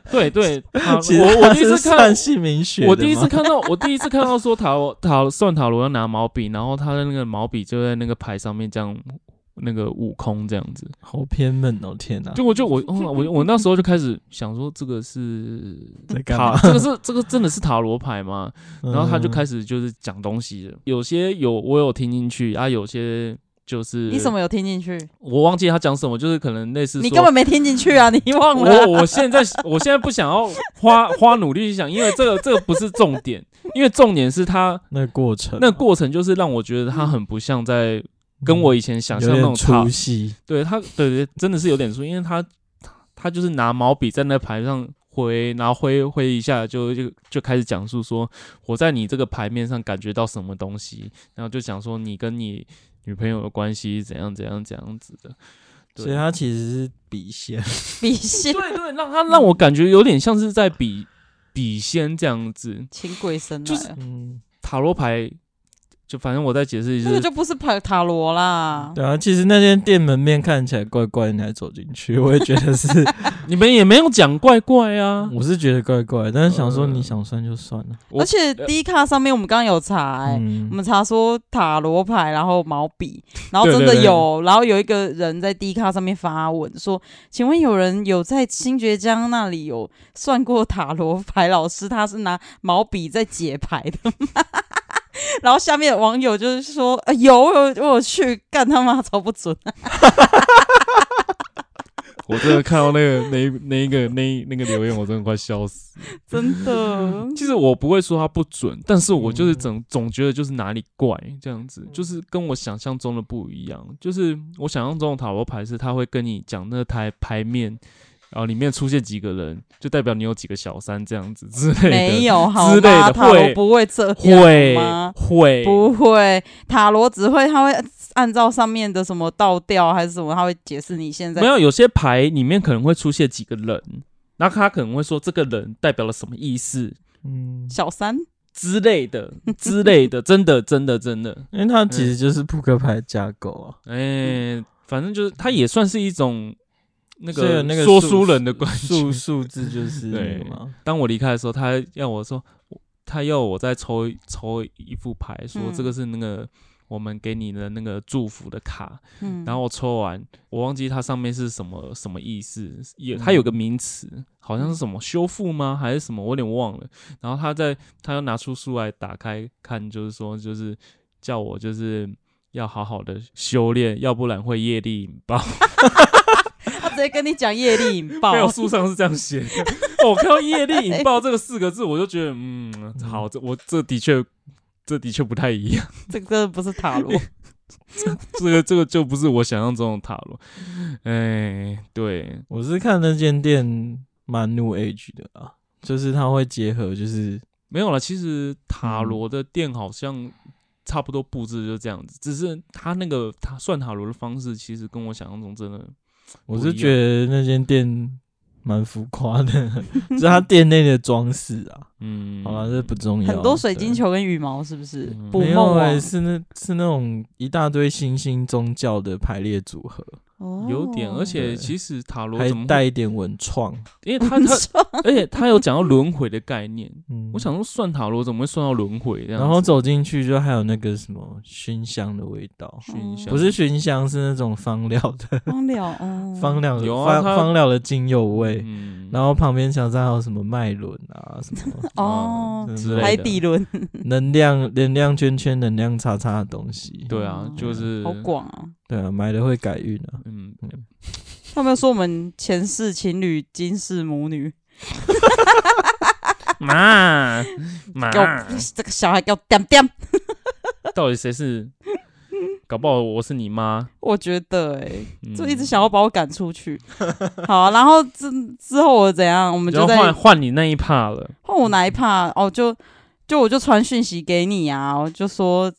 B: 对对，他
C: 其实
B: 我我
C: 它
B: 第一
C: 是
B: 次看
C: 算，姓名学的
B: 我第一次
C: 吗
B: 看到，我第一次看到说塔罗 塔算塔罗要拿毛笔，然后他的那个毛笔就在那个牌上面这样那个悟空这样子。
C: 好偏门哦，天哪！
B: 就我就我哦我我那时候就开始想说这个是
C: 在干
B: 塔
C: 嘛？ 嗯
B: 这个是这个真的是塔罗牌吗？
C: 然
B: 然后他就开始就是讲东西了，有些有我有听进去啊，有些就是
A: 你怎么有听进去？
B: 我忘记他讲什么，就是可能类似
A: 你
B: 说
A: 根本没听进去啊！你忘了 啊、
B: 我我现在我现在不想要花花努力去想，因为这个这个不是重点，因为重点是他
C: 那过程，
B: 那过程就是让我觉得他很不像在跟我以前想
C: 嗯
B: 象
C: 有
B: 那
C: 点
B: 种塔
C: 出戏，
B: 对他，对对，真的是有点输，因为他他他就是拿毛笔在那牌上挥，然后挥挥一下就就就开始讲述说我在你这个牌面上感觉到什么东西，然后就讲说你跟你女朋友的关系怎样怎样怎样子的，对
C: 所以他其实是笔 仙，
A: 笔仙
B: 对对，让他让我感觉有点像是在比笔仙这样子，
A: 请鬼神来
B: 就是
A: 了
C: 嗯，
B: 塔罗牌就反正我再解释一下
A: 那，个就不是塔塔罗啦。
C: 对啊，其实那间店门面看起来怪怪，你还走进去，我也觉得 是，
B: 你们也没有讲怪怪啊，
C: 我是觉得怪怪，但是想说
B: 呃
C: 你想算就算了，
B: 我
A: 而且
B: 呃
A: D 卡上面我们刚刚有查、
B: 哎
A: 欸，我
C: 嗯，
A: 们查说塔罗牌，然后毛笔，然后
B: 对
A: 真
B: 对
A: 的
B: 对
A: 有，然后有一个人在 D 卡上面发文说，请问有人有在新觉江那里有算过塔罗牌？老师他是拿毛笔在解牌的吗？ 然后下面网友就是说，呃、啊有我有我有去干他妈超不准，
B: 我真的看到那个那一那一个那一那个留言，我真的快笑死。
A: 真 的，
B: 其实我不会说它不准，但是我
A: 嗯
B: 就是总总觉得就是哪里怪这样子，就是跟我想象中的不一样。就是我想象中的塔罗牌是它会跟你讲那台牌面，然后里面出现几个人，就代表你有几个小三这样子之类的。
A: 没有好
B: 之类
A: 吗？
B: 的
A: 塔罗
B: 会
A: 不会这
B: 会
A: 样吗？
B: 会
A: 不会，塔罗只会他会按照上面的什么倒调还是什么，他会解释你现在
B: 没有，有些牌里面可能会出现几个人，那他可能会说这个人代表了什么意思
C: 嗯，
A: 小三
B: 之类的之类的，真的真的真的，
C: 因为它其实就是扑克牌架构啊，
B: 哎、反正就是它也算是一种那
C: 所
B: 个
C: 啊以那个
B: 说
C: 数
B: 书人的关系
C: 数。数字就是那
B: 对
C: 个嘛，
B: 当我离开的时候，他还要我说，他要我再抽一抽一副牌，说
A: 嗯
B: 这个是那个。我们给你的那个祝福的卡，
A: 嗯，
B: 然后我抽完，我忘记它上面是什么什么意思，有它有个名词，好像是什么修复吗，还是什么，我有点忘了。然后他在他又拿出书来打开看，就是说就是叫我就是要好好的修炼，要不然会业力引爆。
A: 他直接跟你讲业力引爆
B: 没，有书上是这样写的。 哦我看到“业力引爆”这个四个字，我就觉得，嗯，好，这我这的确，这的确不太一样。
A: 这个真的不是塔罗，
B: 这个这个就不是我想象中的塔罗。哎，对，
C: 我是看那间店蛮 New Age 的啊，就是它会结合，就是
B: 没有了。其实
C: 嗯
B: 塔罗的店好像差不多布置就这样子，只是他那个他算塔罗的方式，其实跟我想象中真的
C: 我
B: 不一
C: 是
B: 样
C: 觉得那间店蛮浮夸的， 就是它店内的装饰啊。
B: 嗯，
C: 好了，这不重要。
A: 很多水晶
C: 对。
A: 球跟羽毛是不是
B: 嗯？
A: 捕
C: 没有
A: 梦啊
C: 欸
A: 网
C: 是那是那种一大堆新兴宗教的排列组合，
A: 哦
B: 有点，而且
C: 对
B: 其实塔罗
C: 还
B: 怎么
C: 带
B: 会？
C: 一点文创。
B: 因为他 他，而且他有讲到轮回的概念，
C: 嗯
B: 我想说算塔罗怎么会算到轮回这样子？
C: 然后走进去就还有那个什么熏香的味道，
B: 熏一下，
C: 哦不是熏香，是那种芳料的
A: 荒凉哦，
C: 芳料的
B: 有啊
C: 芳
B: 它
C: 芳料的精油味。
B: 嗯，
C: 然后旁边墙上还有什么脉轮啊，什 么
A: 哦，
C: 嗯
B: 之类的
A: 海底轮
C: 能量能量圈圈、能量叉叉的东西。
B: 对啊
A: 哦，
C: 嗯
B: 就是
A: 好广啊！
C: 对啊，买了会改运啊。
B: 嗯，
A: 他们说我们前世情侣，今世母女，
B: 妈妈
A: 给，我这个小孩给我点点。
B: 到底谁是？搞不好我是你妈，
A: 我觉得哎、
B: 嗯
A: 就一直想要把我赶出去。 好啊、然后之之后我怎样？我们
B: 然
A: 就
B: 后
A: 在
B: 换换你那一趴了，
A: 换我哪一怕哦，就就我就传讯息给你啊，我就说，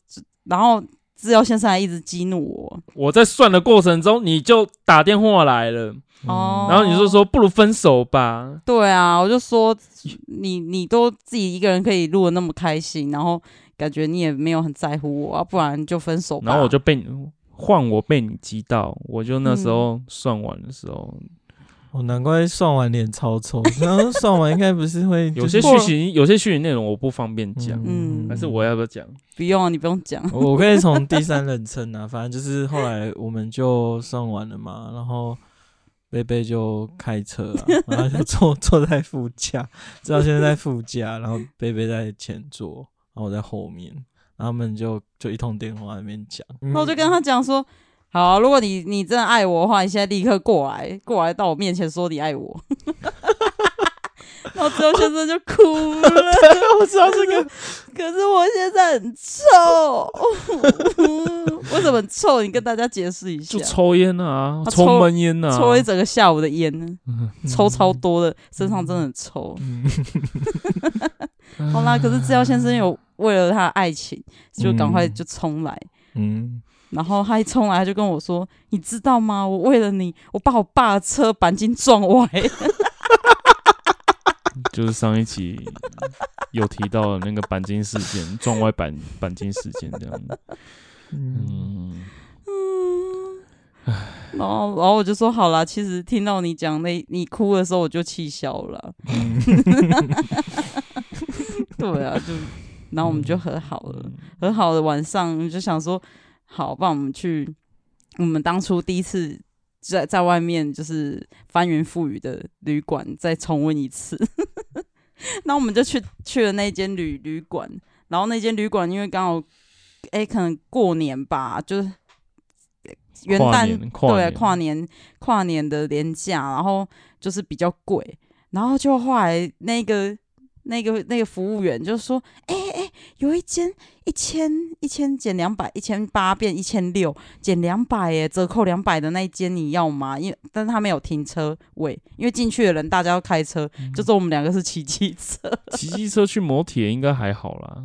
A: 然后制药先生还一直激怒我，
B: 我在算的过程中你就打电话来了，
C: 嗯
A: 哦
B: 然后你就说不如分手吧，
A: 对啊，我就说你你都自己一个人可以录的那么开心，然后感觉你也没有很在乎我啊，不然就分手吧。
B: 然后我就被你换我被你击到，我就那时候
A: 嗯
B: 算完的时候，
C: 我哦难怪算完脸超臭，然后算完应该不是会
B: 有些
C: 就是
B: 剧情有些剧情内容我不方便讲，
A: 嗯
B: 还是我要不要讲？
A: 不用啊，你不用讲。
C: 我我可以从第三人称啊，反正就是后来我们就算完了嘛，然后贝贝就开车啊，然后就坐坐在副驾，知道现在在副驾，然后贝贝在前座，然后我在后面，然后他们就就一通电话在那边讲，
A: 那我就跟他讲说，好啊、如果你你真的爱我的话，你现在立刻过来，过来到我面前说你爱我。 然后之后先生就哭 了，我知道这个，可是我现在很臭， 为什么很臭？你跟大家解释一下
B: 就。抽烟啊，
A: 他
B: 抽
A: 抽
B: 闷烟啊，
A: 抽一整个下午的烟呢，
C: 嗯
A: 抽超多的，身上真的很臭。
C: 嗯
A: 好啦，可是制药先生有为了他的爱情，就赶快就冲来，
C: 嗯，
A: 然后他一冲来，他就跟我说：“你知道吗？我为了你，我把我爸的车钣金撞歪。
B: 就是上一期 有提到的那个钣金事件，撞歪钣钣金事件这样。嗯，”
A: 然后，然后我就说：“好啦，其实听到你讲那你哭的时候，我就气消了。” 对啊，就然后我们就和好了，
B: 嗯
A: 和好的晚上就想说：“好，不然我们去我们当初第一次。”在在外面就是翻云覆雨的旅馆，再重温一次。 那我们就去去了那间旅旅馆，然后那间旅馆因为刚好，哎、可能过年吧，就是元
B: 跨
A: 旦
B: 年跨
A: 对
B: 年
A: 跨年跨年的年假，然后就是比较贵，然后就后来那个那个那个服务员就说：“哎、哎、有一间一千一千减两百，一千八变一千六，减两百耶，折扣两百的那一间你要吗？因为但是他没有停车位，因为进去的人大家要开车，
B: 嗯
A: 就只有我们两个是骑机车，
B: 骑机车去摩铁应该还好啦，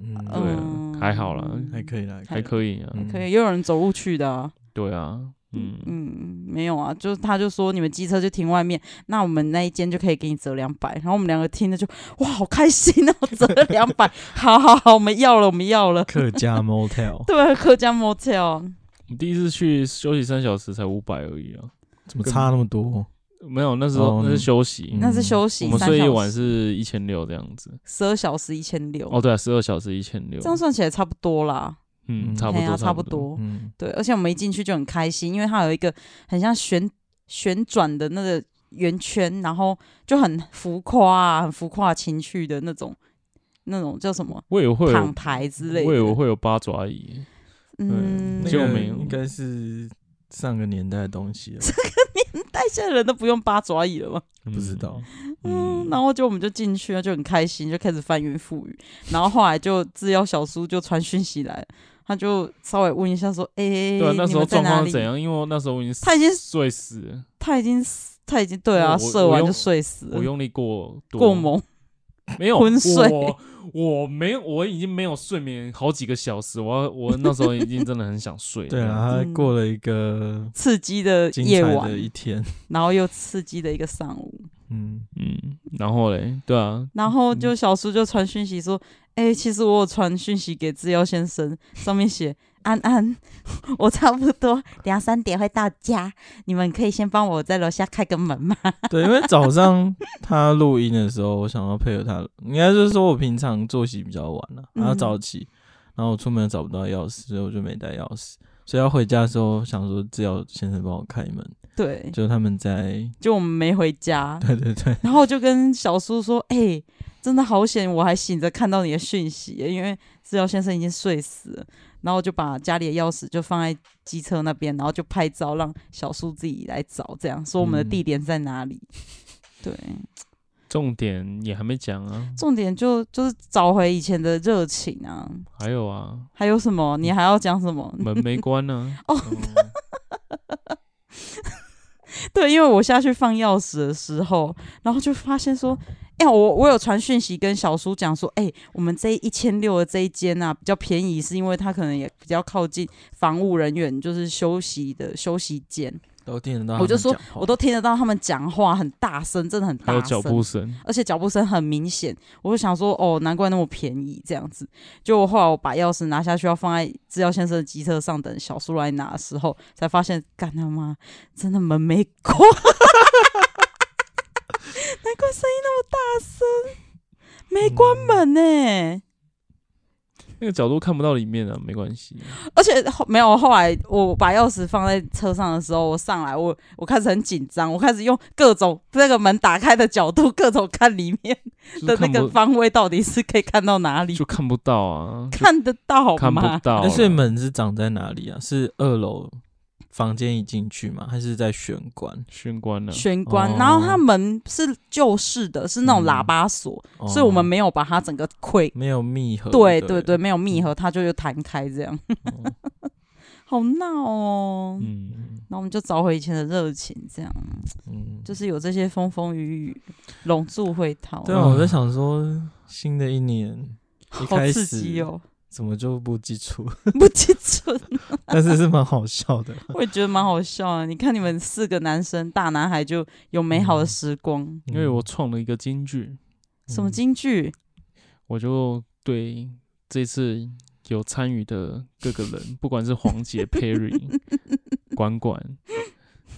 C: 嗯，
B: 对啊
A: 嗯
B: 还好啦
C: 还可以啦，
B: 还可以啊，
C: 嗯
A: 可以，也有人走路去的、啊。”
B: 对啊，嗯，
A: 嗯，没有啊，就是他就说你们机车就停外面，那我们那一间就可以给你折两百，然后我们两个听了就哇好开心哦，折两 百，好好好，我们要了，我们要了，
C: 客家 motel
A: 对啊，客家 motel，
B: 我第一次去休息三小时才五百而已啊，
C: 怎么差那么多？嗯
B: 没有，那时候
C: 哦
B: 那是休息，
A: 那是
C: 嗯
A: 休
B: 我
A: 息
B: 们
A: 三
B: 睡一
A: 小
B: 晚
A: 时，
B: 是一千六这样子。
A: 十二小时一千六，
B: 哦，对啊，十二小时一千六
A: 这，样算起来差不多啦，
B: 嗯，
C: 嗯
B: 差不
A: 哎呀
B: 多，
A: 差不多，
B: 多。
C: 嗯，
A: 对，而且我们一进去就很开心，因为它有一个很像旋旋转的那个圆圈，然后就很浮夸、啊，很浮夸情趣的那种，那种叫什么？
B: 我也会
A: 躺
B: 有，
A: 台之类的。
B: 我也会有八爪椅，
A: 嗯，
B: 对
C: 那
B: 就
C: 个
B: 没有
C: 应该是上个年代的东西了，
A: 但现在人都不用八爪椅了嘛。
C: 不知道。
A: 嗯，
B: 嗯
A: 然后就我们就进去了，就很开心，就开始翻云覆雨。然后后来就制药小叔就传讯息来，他就稍微问一下说：“哎、
B: 对啊，那时
A: 你
B: 候
A: 们在
B: 状
A: 哪
B: 况
A: 里
B: 是？”怎样？因为我那时候我已经
A: 他已经
B: 睡死了，
A: 他已经死他已经对啊，
B: 我
A: 射
B: 我
A: 完
B: 用
A: 就睡死
B: 我
A: 了，
B: 用力过多
A: 过猛。
B: 没有
A: 昏睡
B: 我我没有，我已经没有睡眠好几个小时，我我那时候已经真的很想睡。
C: 对啊，他过了一个
A: 刺激的
C: 精
A: 夜
C: 彩
A: 晚
C: 的，一天，
A: 然后又刺激的一个上午，
C: 嗯，
B: 嗯，然后嘞，对啊，
A: 然后就小叔就传讯息说：“哎、其实我有传讯息给制药先生，上面写安安， 我差不多两三点会到家，你们可以先帮我在楼下开个门吗
C: 对，因为早上 他录音的时候，我想要配合他，应该就是说我平常作息比较晚了、
A: 嗯
C: 然后早起，然后我出门找不到钥匙，所以我就没带钥匙，所以要回家的时候想说，只要先生帮我开门，？”
A: 对，
C: 就他们在，，
A: 就我们没回家
C: 对对对，
A: 然后我就跟小叔说：“哎、真的好险，我还醒着看到你的讯息，因为制药先生已经睡死了。”然后我就把家里的钥匙就放在机车那边，然后就拍照让小叔自己来找，这样说我们的
C: 嗯
A: 地点在哪里。 对，
B: 重点也还没讲啊，
A: 重点就就是找回以前的热情啊！
B: 还有啊，
A: 还有什么？你还要讲什么？
B: 门没关呢、 啊。
A: 对，因为我下去放钥匙的时候，然后就发现说，哎、我我有传讯息跟小叔讲说，哎、我们这一千六的这一间啊比较便宜，是因为它可能也比较靠近防务人员就是休息的休息间，
C: 都听得到他们讲话，
A: 我就说
C: 哦
A: 我都听得到他们讲话很大声，真的很
B: 还有
A: 大
B: 脚
A: 声。
B: 步声，
A: 而且脚步声很明显，我就想说，哦，难怪那么便宜这样子。就我后来我把钥匙拿下去，要放在制药先生的机车上等小叔来拿的时候，才发现，干他妈，真的门没关， 难怪声音那么大声，没关门呢、欸
B: 那个角度看不到里面啊，没关系。
A: 而且后没有，后来我把钥匙放在车上的时候，我上来，我我开始很紧张，我开始用各种那个门打开的角度，各种看里面
B: 就是
A: 的那
B: 看
A: 个
B: 不
A: 方位到底是可以看到哪里。
B: 就看不到啊，就
A: 看得到
B: 看不嗯
A: 吗？
B: 到啊啦。
C: 哎，所以门是长在哪里啊？是二楼房间一进去吗？还是在玄关？
B: 玄关了，啊
A: 玄关，
C: 哦
A: 然后它门是旧式的，是那种喇叭锁，
C: 哦
A: 所以我们没有把它整个溃，
C: 没有密合，
A: 对
C: 不
A: 对对，，没有密合，它就又弹开这样，
C: 哦
A: 好闹哦。
B: 嗯，
A: 那我们就找回以前的热情，这样
C: 嗯，
A: 就是有这些风风雨雨笼住会套，
C: 对啊，
B: 嗯
C: 我在想说，新的一年一
A: 好
C: 开
A: 刺
C: 始
A: 激哦，
C: 怎么就不基础？
A: 不记住，
C: 但是是蛮好笑 的。
A: 我也觉得蛮好笑啊。你看你们四个男生大男孩就有美好的时
C: 嗯
A: 光，
B: 因为我创了一个金句，
A: 什么京剧？
B: 我就对这次有参与的各个人，不管是 黄杰、Perry、管管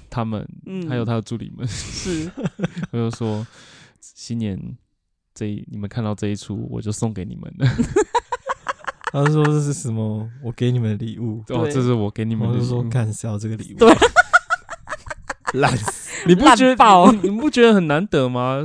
B: 他们，
A: 嗯，
B: 还有他的助理们，
A: 是
B: 我就说新年这一你们看到这一出，我就送给你们 了。
C: 他说这是什么？我给你们礼物，
B: 哦，
A: 对
B: 这是我给你们
C: 我
B: 的
C: 就
B: 礼
C: 说
B: 物。
C: 干是要这个礼物，
A: 对，
C: 烂死。
B: 你不觉
A: 烂爆
B: 得你不觉得很难得吗？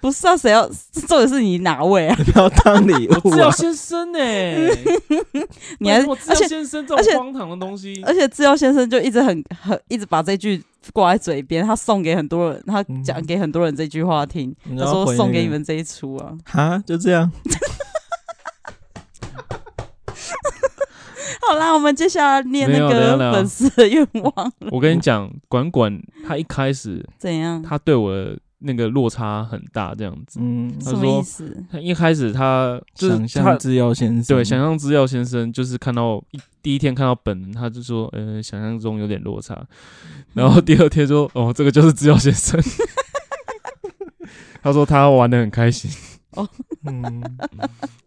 A: 不是啊，谁要？重点是你哪位啊？
C: 不要当礼 物、
B: 我制药
C: 啊。
B: 先生呢、欸
A: 你还
B: 我制
A: 而
B: 药
A: 且
B: 先生
A: 而
B: 这
A: 且
B: 种荒唐的东西，
A: 而且制药先生就一直很很一直把这句挂在嘴边，他送给很多人，他
C: 嗯
A: 讲给很多人这句话听，
C: 你
A: 他
C: 要
A: 说
C: 回
A: 送
C: 那
A: 给
C: 个
A: 你们这一出啊，
C: 哈，就这样。
A: 好啦，我们接下来念那
B: 没有等一下
A: 个
B: 等一下
A: 粉丝的愿望，
B: 我跟你讲，管管他一开始
A: 怎样？
B: 他对我的那个落差很大，这样子。
C: 嗯，
B: 他
A: 什么
B: 说
A: 意思？
B: 他一开始他就是
C: 想
B: 他
C: 象制药先生，
B: 对想象制药先生，就是看到一第一天看到本人，他就说，呃，想象中有点落差。然后第二天说，哦，这个就是制药先生。 他说他玩的很开心。
C: 嗯，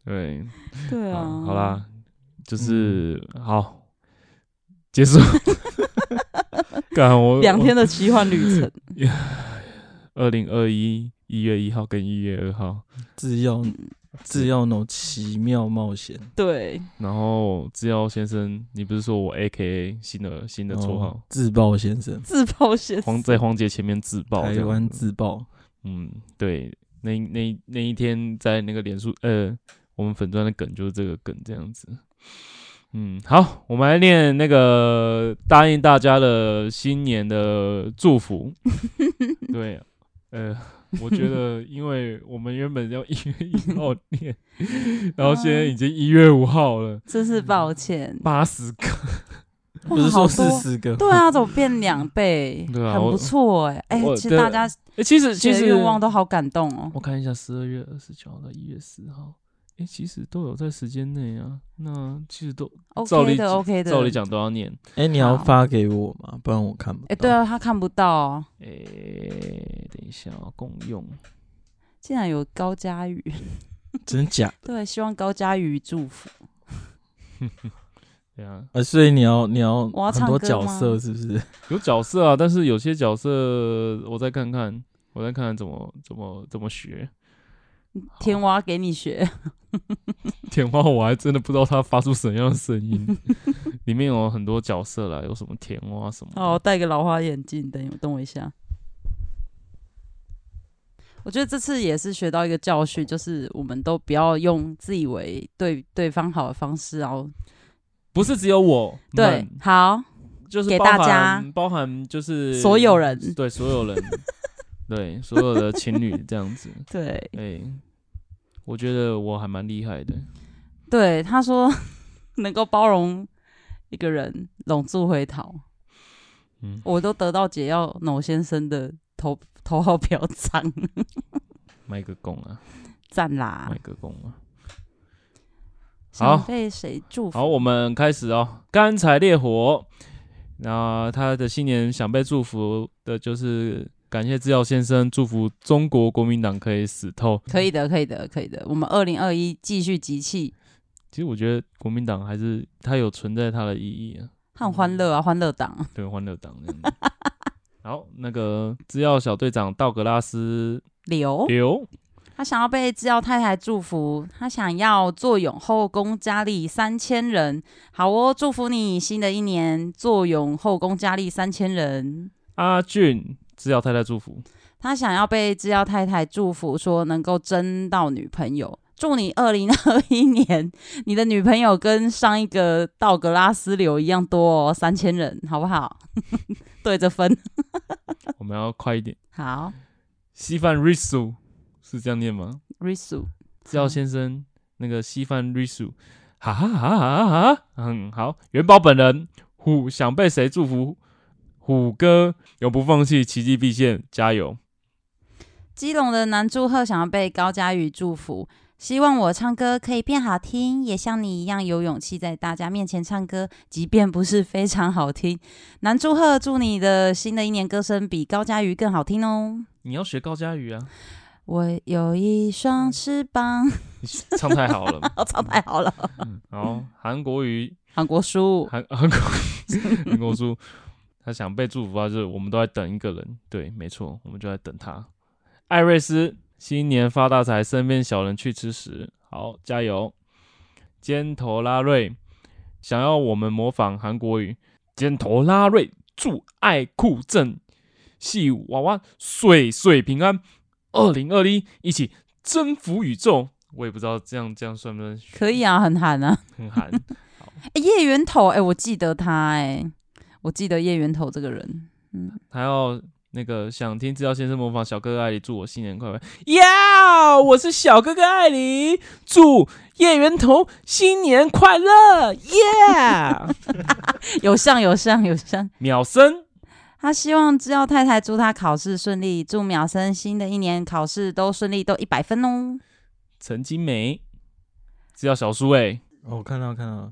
B: 对，
A: 对啊嗯
B: 好，，好，啦，就是、好结束。 干我
A: 两天的奇幻旅程，
B: 二零二一一月一号跟一月二号，
C: 制药制药那种奇妙冒险，
A: 对，
B: 然后制药先生，你不是说我 A K A 新的新的绰
C: 哦
B: 号，
C: 自爆先生，
A: 自爆先
B: 黄
A: 生，
B: 在黄杰前面自爆这
C: 台
B: 样
C: 湾
B: 子
C: 自爆，
B: 嗯，对，那那那一天在那个脸书，呃，我们粉钻的梗就是这个梗这样子。嗯，好，我们来念那个答应大家的新年的祝福。对，呃，我 觉得因为我们原本要一月一号念，
C: 嗯
B: 然后现在已经一月五号了，
A: 真是抱歉，
B: 八十 个，
A: 哇
C: 不是
A: 好
C: 说四
A: 多
C: 十个，
A: 对啊，怎么变两倍？
B: 对啊
A: 很
B: 我
A: 不错哎、哎、
B: 我
A: 其实
B: 对
A: 大家
B: 诶其实其
A: 写的
B: 实
A: 愿望都好感动哦。
B: 我看一下，十二月二十九到一月四号，诶，其实都有在时间内啊。那其实都
A: 哦
B: 照
A: OK
B: 理
A: 的，OK 的。
B: 照理，讲都要念。
C: 哎，你要
A: 好
C: 发给我吗？不然我看不
A: 哎，
C: 到。
A: 对，啊，他看不到、哦，
B: 诶、等一下、啊，共用。
A: 竟然有高佳宇，
C: 真假？
A: 对，希望高佳宇祝福。
B: 对啊，
C: 呃，所以你要你要
A: 我要
C: 很多
A: 唱歌
C: 角
A: 吗
C: 色是不是？
B: 有角色啊，但是有些角色我再看看，我再看看怎么怎么怎么学。
A: 天蛙给你学，
B: 舔蛙我还真的不知道它发出什么样的声 音，里面有很多角色啦，有什么甜蛙什么的。
A: 好，我戴个老花眼镜，等我等我一下。我觉得这次也是学到一个教训，就是我们都不要用自以为对对方好的方式，然后
B: 不是只有我，
A: 对好，
B: 就是
A: 给
B: 包
A: 大
B: 含
A: 家
B: 包含就是
A: 所有人
B: 对所有 人，对所有的情侣这样子。
A: 对
B: 哎、我觉得我还蛮厉害的。
A: 对，他说 能够包容一个人，拢住回逃。
B: 嗯，
A: 我都得到解药某先生的投投号 表彰，
B: 麦克贡啊，
A: 赞啦
B: 麦！克贡啊。好
A: 想被谁祝福？
B: 好，我们开始哦。干柴烈火，那、他的新年想被祝福的就是感谢制药先生祝福中国国民党可以死透。
A: 可以的，可以的，可以的。我们二零二一继续集气，
B: 其实我觉得国民党还是它有存在它的意义啊。
A: 很欢乐啊，欢乐党。
B: 对，欢乐党这样子。 好，那个制药小队长道格拉斯
A: 刘
B: 刘，
A: 他想要被制药太太祝福，他想要坐拥后宫佳丽三千人。好哦，祝福你新的一年坐拥后宫佳丽三千人。
B: 阿俊，制药太太祝福。
A: 他想要被制药太太祝福，说能够争到女朋友。祝你二零二一年，你的女朋友跟上一个道格拉斯流一样多哦，三千人，好不好？ 对着分，
B: 我们要快一点。
A: 好
B: 稀饭 risu 是这样念吗？
A: ，Risu，
B: 制药先生，那个稀饭 risu，哈哈哈哈哈哈，嗯，好。元宝本人虎想被谁祝福？虎哥永不放弃，奇迹必现，加油！
A: 基隆的男祝贺想要被高佳宇祝福，希望我唱歌可以变好听，也像你一样有勇气在大家面前唱歌，即便不是非常好听。男祝贺，祝你的新的一年歌声比高佳宇更好听哦。
B: 你要学高佳宇啊，
A: 我有一双翅膀，
B: 你 唱太好了。
A: 我唱太好了。
B: 好，韩国语
A: 韩国书，
B: 韩 韩国韩国书，他想被祝福啊，就是我们都在等一个人，对，没错，我们就在等他。艾瑞斯，新年发大财，身边小人去吃屎，好加油！尖头拉瑞想要我们模仿韩国语，尖头拉瑞祝爱酷正系娃娃岁岁平安，二零二一一起征服宇宙。我也不知道这样这样算不算
A: 可以啊，很喊啊。
B: 很寒。
A: 哎、叶源头，哎、我记得他、哎，我记得叶源头这个人，嗯，
B: 还要那个想听制药先生模仿小哥哥艾里祝我新年快乐。呀，我是小哥哥艾里，祝叶源头新年快乐。 耶，
A: 有像有像有像。
B: 秒生
A: 他希望知药太太祝他考试顺利，祝秒生新的一年考试都顺利，都一百分哦。
B: 陈金梅，制药小叔哎、
C: 哦，我看到看到了，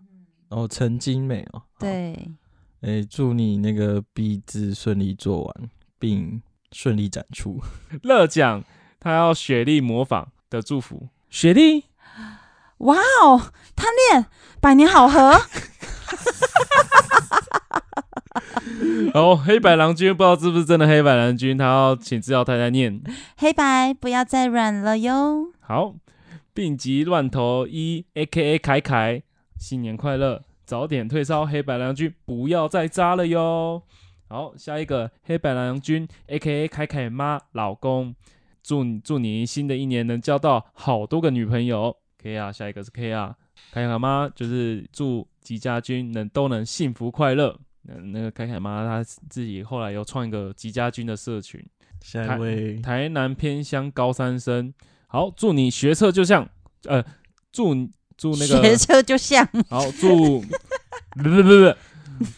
C: 哦，陈金美哦，好，
A: 对，
C: 哎、祝你那个毕字顺利做完，并顺利展出。
B: 乐奖，他要雪莉模仿的祝福。雪莉，
A: 哇哦，贪恋百年好合，
B: 哦，黑白郎君不知道是不是真的黑白郎君，他要请制药太太念。
A: 黑白不要再软了哟。
B: 好，病急乱投医，A K A 凯凯，新年快乐，早点退烧，黑白郎君不要再扎了哟。好，下一个黑白郎君，A K A 凯凯妈老公，祝你祝你新的一年能交到好多个女朋友。K 啊，下一个是 K 啊，凯凯妈就是祝吉家军能都能幸福快乐。嗯，那个凯凯妈她自己后来有创一个吉家军的社群，
C: 下一位，
B: 台南偏乡高三生。好，祝你学测就像，呃，祝你祝那
A: 学
B: 个，
A: 车就像
B: 好祝，不不不不，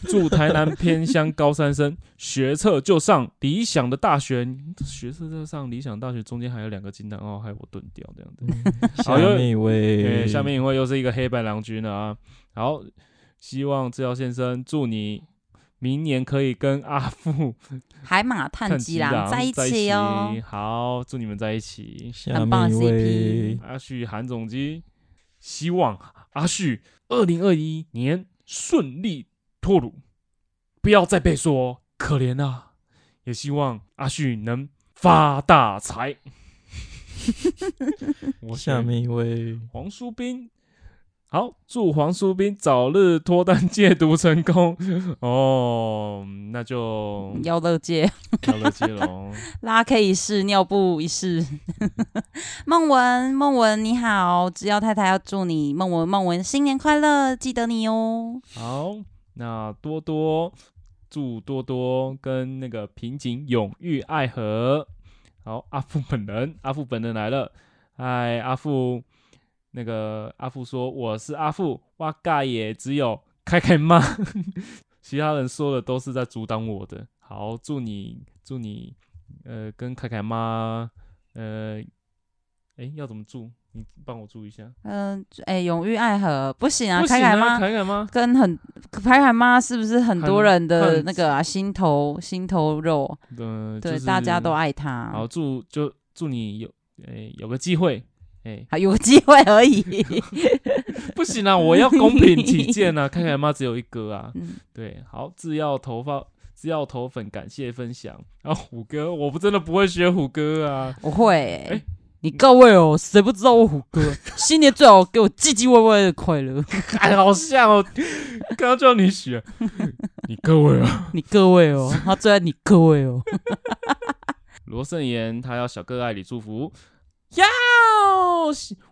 B: 祝台南偏乡高三生学测就上理想的大学，学测就上理想大学，中间还有两个金蛋哦，害我钝掉这样子。
A: 嗯
C: 下面一位，
B: 对，下面一位又是一个黑白郎君了啊。好，希望治疗先生祝你明年可以跟阿富
A: 海马探
B: 看
A: 吉
B: 吉
A: 郎
B: 郎
A: 在一起哦。
B: 好，祝你们在一起。
C: 下
A: 很棒
C: 面
A: 的
C: 一
A: CP
C: 位，
B: 阿旭韩总机希望阿旭二零二一年顺利脱乳，不要再被说可怜啊！也希望阿旭能发 大财。我
C: 下面一位，
B: 黄淑斌，好，祝黄淑斌早日脱单戒毒成功。哦，那就
A: 要乐界，
B: 要了接龙。
A: 拉 K 一试，尿布一试。 梦文，梦文你好，只要太太要祝你梦文，梦文新年快乐，记得你哦。
B: 好，那多多祝多多跟那个平井永浴爱河。好，阿富本人，阿富本人来了。嗨，阿富，那个阿富说我是阿富，哇嘎也只有开开骂， 其他人说的都是在阻挡我的。好，祝你祝你呃跟凯凯妈呃，诶，要怎么祝？你帮我祝一下。
A: 嗯、哎、永浴爱河不行啊，
B: 不行
A: 凯凯
B: 啊，
A: 妈
B: 凯凯妈，
A: 跟很凯凯妈是不是很多
B: 很
A: 人的
B: 很
A: 那个啊心头心头肉？
B: 嗯，
A: 对，
B: 就是
A: 大家都爱她。
B: 好，祝就祝你有诶、有个机会，诶、
A: 好，有个机会而已。
B: 不行啊，我要公平起见啊，看看妈只有一个啊，
A: 嗯
B: 对，好，制药头发制药头粉感谢分享，然、后虎哥，我不真的不会学虎哥啊，
A: 我会、欸
B: 哎
A: 你各位哦，谁不知道我虎哥？ 新年最好给我唧唧歪歪的快乐，
B: 哎，好像哦，刚刚叫你学， 你各位啊，
A: 你各位哦，他最爱你各位哦。
B: 罗胜言他要小哥爱你祝福。要，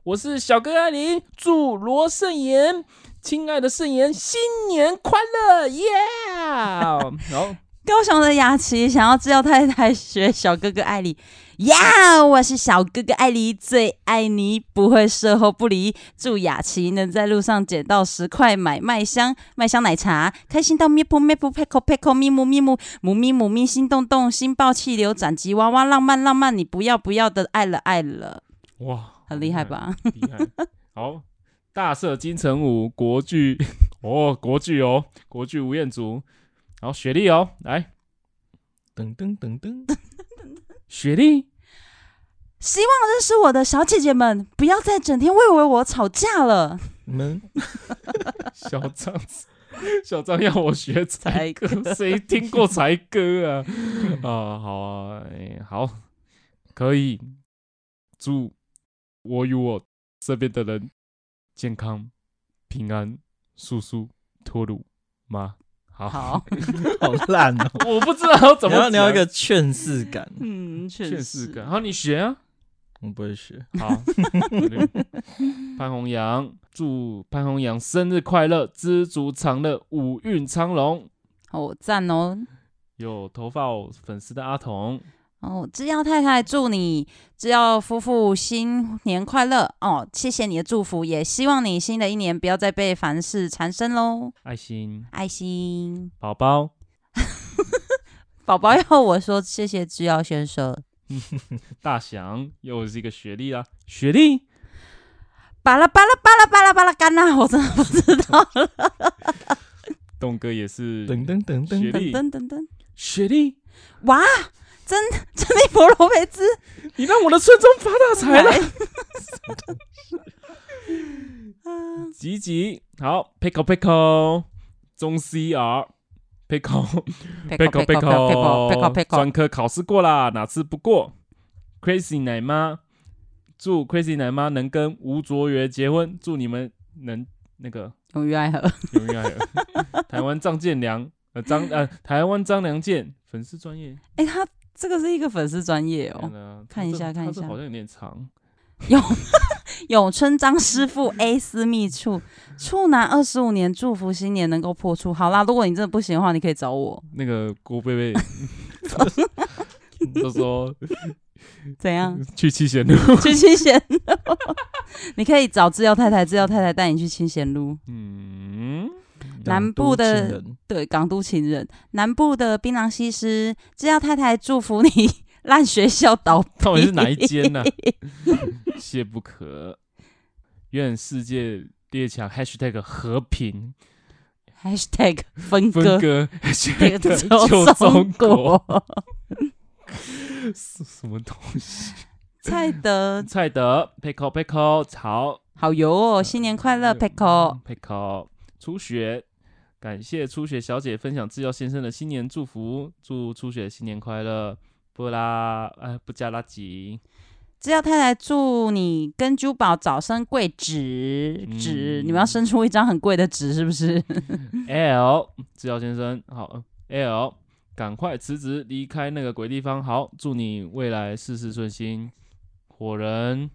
B: 我是小哥爱你，祝罗胜言，亲爱的胜言，新年快乐，耶、 然后
A: 高雄的雅琪想要知道太太学小哥哥艾莉呀我是小哥哥艾莉，最爱你，不会售后不离。祝雅琪能在路上捡到十块买麦香麦香奶茶，开心到咩噗咩噗佩口佩口咪姆咪姆母咪母咪心动动心爆气流斩吉娃娃浪漫浪漫，你不要不要的爱了爱了，
B: 哇，
A: 很厉害？吧？
B: 厉害。好，大社金城武国剧 哦，国剧哦，国剧吴彦祖，然后雪莉哦，来，
C: 噔噔噔噔，
B: 雪 莉，
A: 希望认识我的小姐姐们不要再整天为为我吵架了。
C: 你们
B: 小张，小张要我学才
A: 才歌
B: 歌，谁听过才歌啊？ 啊，好啊，哎好，可以，祝我与我这边的人健康、平安、速速脱乳吗？好，
A: 好，
C: 好烂哦。
B: 我不知道怎
C: 你
B: 么
C: 要你要一
B: 讲
C: 个
B: 啊
C: 劝世感，
A: 嗯，确
B: 确
A: 实
B: 实感。好，你学啊，
C: 我不会学。
B: 好，潘宏阳祝潘宏阳生日快乐，知足常乐，五运昌隆。
A: 好，我赞哦。
B: 有头发粉丝的阿童，
A: 哦，制药太太祝你制药夫妇新年快乐哦！谢谢你的祝福，也希望你新的一年不要再被凡事缠身喽。
B: 爱心
A: 爱心
B: 宝宝，
A: 宝宝要我说谢谢制药先生，
B: 大翔又是一个学历啦，学历
A: 巴拉巴拉巴拉巴拉巴拉干啦，我真的不知道了。
B: 栋哥也是
C: 噔噔噔
B: 学
C: 噔，
A: 噔
B: 历，
A: 噔噔噔，
B: 学历，
A: 哇！真真的婆罗培兹
B: 你让我的村庄发大财了。吉吉，好，pickle pickle，中 CR pickle。哦
A: ，pickle pickle pickle pickle，
B: 专科考试过啦，哪次不过？Crazy 奶妈，祝 Crazy 奶妈能跟吴卓源结婚，祝你们能那个
A: 永远爱河。
B: 永远爱河。 台湾张建良，呃张呃台湾张良健粉丝专业，
A: 哎，他这个是一个粉丝专业哦
B: 天。哪
A: 看一下
B: 他这
A: 看一
B: 他这
A: 下
B: 好像有点长。
A: 咏春张师傅 A 私密处处男二十五年，祝福新年能够破处。好啦，如果你真的不行的话，你可以找我。
B: 那个郭贝 贝 就说
A: 嗯怎 样？
B: 去七贤路，
A: 去清闲路？你可以找制药太太，制药太太带你去清闲路。
B: 嗯，
A: 南部的
C: 港都情人
A: 对，港都情人，南部的槟榔西施，制药太太祝福你 烂学校倒闭。
B: 到底是哪一 间呢、谢不可，愿世界列强 #hashtag 和平
A: Hashtag 分
B: 分
A: 割，
B: 割
A: 这个
B: #hashtag
A: 就
B: 救中国，
A: 国。
B: 什什么东西？
A: 蔡德，
B: 蔡德 pickle pickle 曹
A: 好油哦！新年快乐，Pickle。
B: pickle 初雪，感谢初雪小姐分享制药先生的新年祝福，祝初雪新年快乐。布拉，哎，不加拉吉，
A: 制药太太祝你跟珠宝早生贵子
B: 嗯
A: 纸，你们要生出一张很贵的纸，是不是？
B: L 制药先生，好呃，L 赶快辞职离开那个鬼地方。好，祝你未来事事顺心。火人，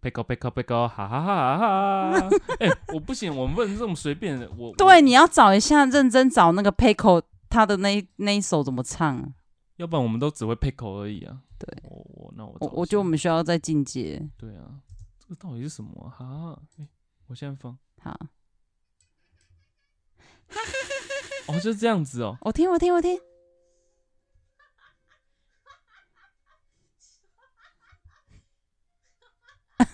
B: 背高背高背高，哈哈哈哈哈！ 哎、我不行，我们不能这么随便的。我
A: 对，，你要找一下，认真找那个 Pickle 他的那一那一首怎么唱。啊
B: 要不然我们都只会 pickle 而已啊。
A: 对，
B: 我我那我
A: 我
B: 找
A: 我
B: 一
A: 觉得我
B: 下
A: 们需要再进阶。
B: 对啊，这个到底是什么啊？哈，哎、我现在放，
A: 好，
B: 哦，就是这 样子哦。
A: 我听，我听，我听。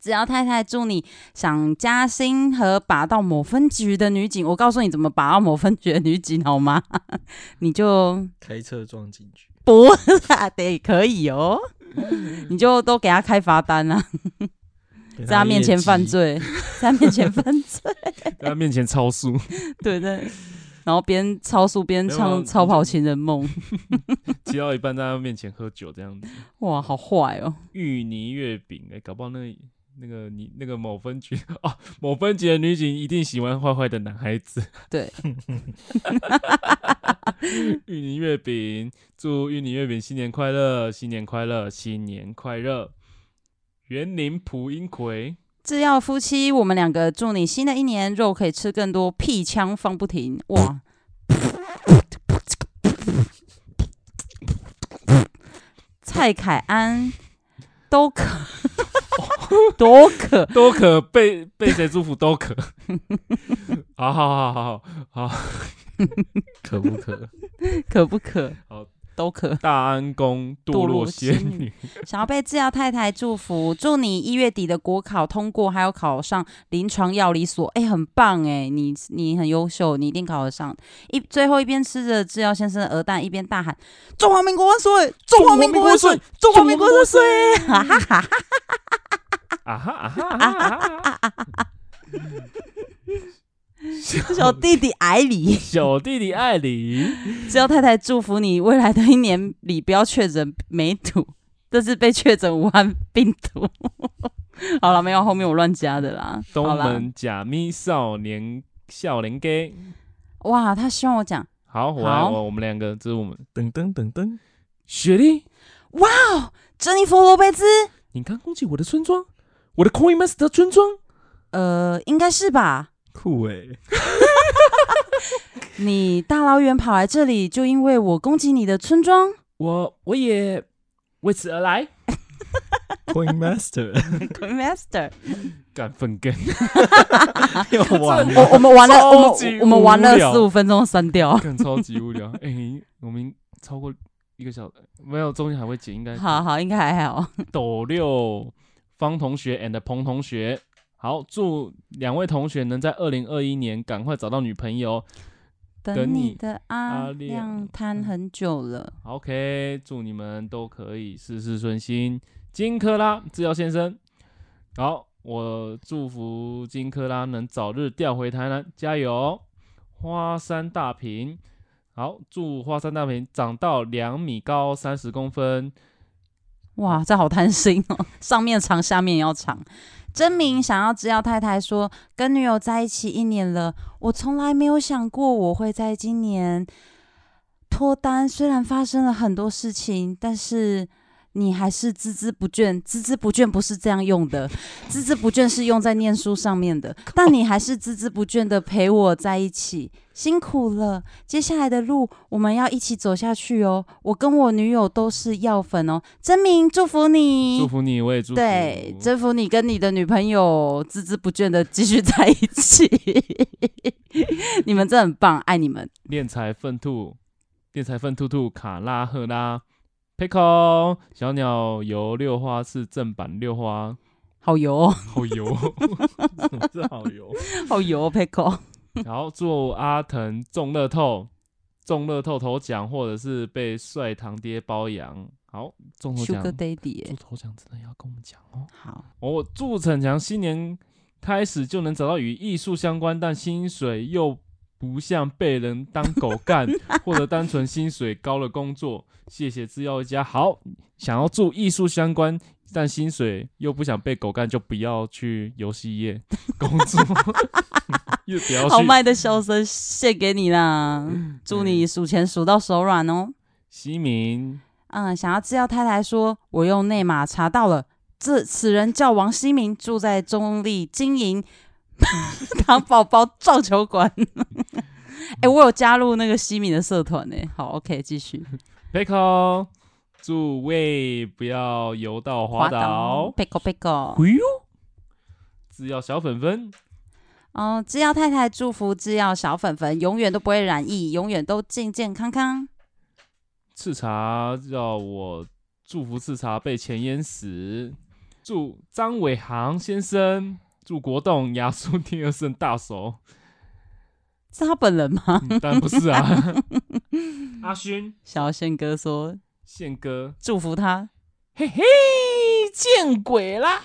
A: 只要太太祝你想加薪和拔到某分局的女警，我告诉你怎么拔到某分局的女警好吗？ 你就
C: 开车撞进去，
A: 不是啊，得可以哦，你就都给他开罚单啊，
C: 给
A: 在他面前
C: 业绩
A: 犯，罪，在他面前犯罪，
B: 在他面前超速，
A: 对对。然后边超速边
B: 没有啊
A: 唱《超跑情人梦》，
B: 骑到一半在他面前喝酒这样子。
A: 哇，好坏哦！
B: 芋泥月饼，哎、搞不好那个那个你那个某分局哦，某分局的女警一定喜欢坏坏的男孩子。
A: 对，
B: 芋泥月饼，祝芋泥月饼新年快乐，新年快乐，新年快乐。园林蒲英葵，
A: 制药夫妻，我们两个祝你新的一年肉可以吃更多，屁枪放不停，哇！蔡凯安都可多可，
B: 都可被被谁祝福都可。 好好好好好，
C: 可不可？
A: 可不可
B: 好？
A: 都可。
B: 大安宫堕
A: 堕
B: 落
A: 落
B: 仙
A: 仙
B: 女
A: 女，想要被制药太太祝福，祝你一月底的国考通过，还有考上临床药理所，哎、很棒哎、你你很优秀，你一定考得上。一最后一边吃着制药先生的鹅蛋，一边大喊：“中华民国万岁！中华民国万岁！中华民国万岁！”哈哈哈哈！啊
B: 啊啊哈啊哈啊哈啊哈！
A: 小弟弟矮里，
B: 小弟弟艾里，
A: 只要太太祝福你未来的一年里不要确诊梅毒，这是被确诊武汉病毒。 好了，没有后面我乱加的啦。好
B: 东
A: 啦，
B: 门假咪少年少年 gay。
A: 哇，他希望我讲
B: 好，我
A: 好
B: 我我们两个，这是我们
C: 噔噔噔噔，
B: 雪莉。
A: 珍妮佛罗贝兹，
B: 你刚攻击我的村庄，我的 Coin Master 村庄。
A: 呃，应该是吧。
C: 酷哎、
A: 你大老远跑来这里，就因为我攻击你的村 庄？
B: 我我也为此而来，
C: Coin Master，
A: 鬼 master，
B: 干粪根，
C: 又玩
A: 我我们玩了，我
B: 超级
A: 们我们玩了
B: 无聊
A: 十五分钟，删掉。
B: 干超级无聊。 哎、我们超过一个小时，没有，中间还会剪，应该
A: 好好，应该还好。
B: 斗六方同学 and 彭同学。好，祝两位同学能在二零二一年赶快找到女朋友。
A: 等
B: 等
A: 你
B: 你
A: 的
B: 阿
A: 阿
B: 亮嗯
A: 亮摊很久了，
B: OK，祝你们都可以事事顺心。金克拉治疗先生，好，我祝福金克拉能早日调回台南，加油！花山大平，好，祝花山大平长到两米高，三十公分。
A: 哇，这好贪心哦！上面长，下面也要长。真明想要知道太太说，跟女友在一起一年了，我从来没有想过我会在今年脱单。虽然发生了很多事情，但是你还是孜孜不倦。孜孜不倦不是这样用 的，孜孜不倦是用在念书上面的。但你还是孜孜不倦的陪我在一起，辛苦了。接下来的路我们要一起走下去哦。我跟我女友都是药粉哦，真明祝福你，
B: 祝福你，我也祝福。
A: 对，征服你跟你的女朋友孜孜不倦的继续在一起， 你们真的很棒，爱你们。
B: 练财粪兔，练财粪兔兔卡拉赫拉，Pickle 小鸟油六花是正版六花，
A: 好油、哦，
B: 好油 哦。
C: 这好油，
A: 好油、哦、，Pickle。
B: 然后祝阿腾中乐透，中乐透头奖，或者是被帅堂爹包养。好，中头奖
A: Sugar，Daddy，
B: 祝
A: 耶
B: 头奖真的要跟我们讲哦。
A: 好，
B: 我祝逞强新年开始就能找到与艺术相关，但薪水又不像被人当狗干，或者单纯薪水高的工作。谢谢制药家。好，想要祝艺术相关，但薪水又不想被狗干，就不要去游戏业 工作，又不要去
A: 豪迈的笑声献给你啦，祝你数钱数到手软哦。
B: 西明，
A: 嗯，想要知道太太说，我用内码查到了，这此人叫王希明，住在中立经营
B: 嗯
A: 糖宝宝撞球馆。 哎、我有加入那个西敏的社团呢、好，OK，继续。
B: Pickle，祝魏不要游到滑倒。
A: ，pickle pickle。
B: 哎呦，只要小粉粉，
A: 哦，制药太太祝福制药小粉粉永远都不会染疫，永远都健健康康。
B: 赤茶要我祝福赤茶被钱淹死，祝张伟航先生，祝国栋牙出第二胜大手，
A: 是他本人吗？
B: 嗯当然不是啊。阿勋，
A: 小宪哥说
B: 宪哥，
A: 祝福他。
B: 嘿嘿，见鬼啦！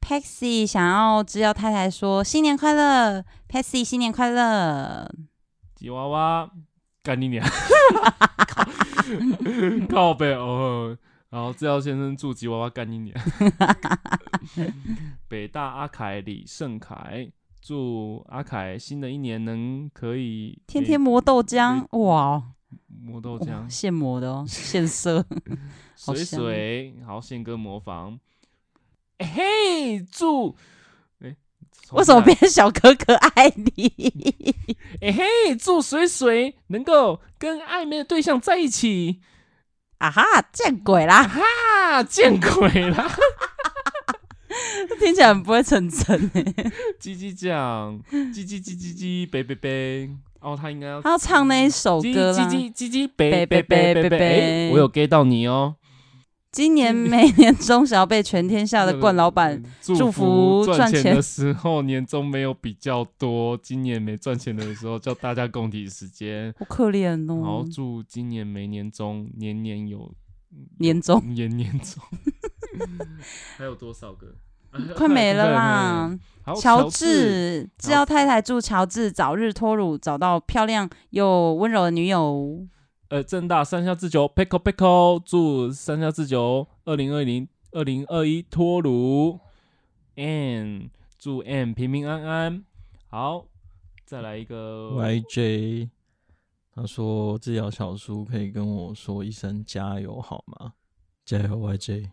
A: Paxi 想要知道太太说新年快乐，Paxi 新年快乐。
B: 吉娃娃，干 你娘！靠背哦，然后制药先生祝吉娃娃干 你娘。北大阿凯李胜凯祝阿凯新的一年能可以
A: 天天磨豆浆，哇，哦
B: 磨豆
A: 哇
B: 浆，
A: 现磨的 哦，现射。好
B: 水
A: 香
B: 水，好宪哥模仿。哎嘿，祝哎，
A: 为什么变小哥哥爱你？
B: 哎嘿，祝水水能够跟暧昧的对象在一起。
A: 啊哈，见鬼啦！
B: 啊，见鬼啦！
A: 听起来很不会欸成真诶。
B: 叽叽讲， 叽叽叽叽叽，北北北。哦，他应该要
A: 他要唱那一首
B: 叽
A: 歌啦。
B: 叽叽叽叽，
A: 北
B: 北北
A: 北
B: 北北
A: 北
B: 北。
A: 北
B: 哎我有 get 到你哦。
A: 今年每年中小被全天 下的冠老板祝
B: 祝
A: 福赚
B: 赚
A: 钱
B: 的时候，年终没有比较多，今年没赚钱的时候，叫大家共体时间。
A: 好可怜
B: 然后
A: 哦，
B: 祝今年没年终，年年有
A: 年终
B: 年年终。还有多少个？
A: 快没了
B: 快
A: 啦。
B: 好，
A: 乔
B: 治，
A: 治，知道太太祝乔治早日脱乳，找到漂亮又温柔的女友。
B: 呃，正大三下智久，Pickle Pickle，祝三下智久二零二零二零二一脱乳，and 祝 M 平平安安。好，再来一个
C: YJ，他说治疗小叔可以跟我说一声加油好吗？加油 YJ，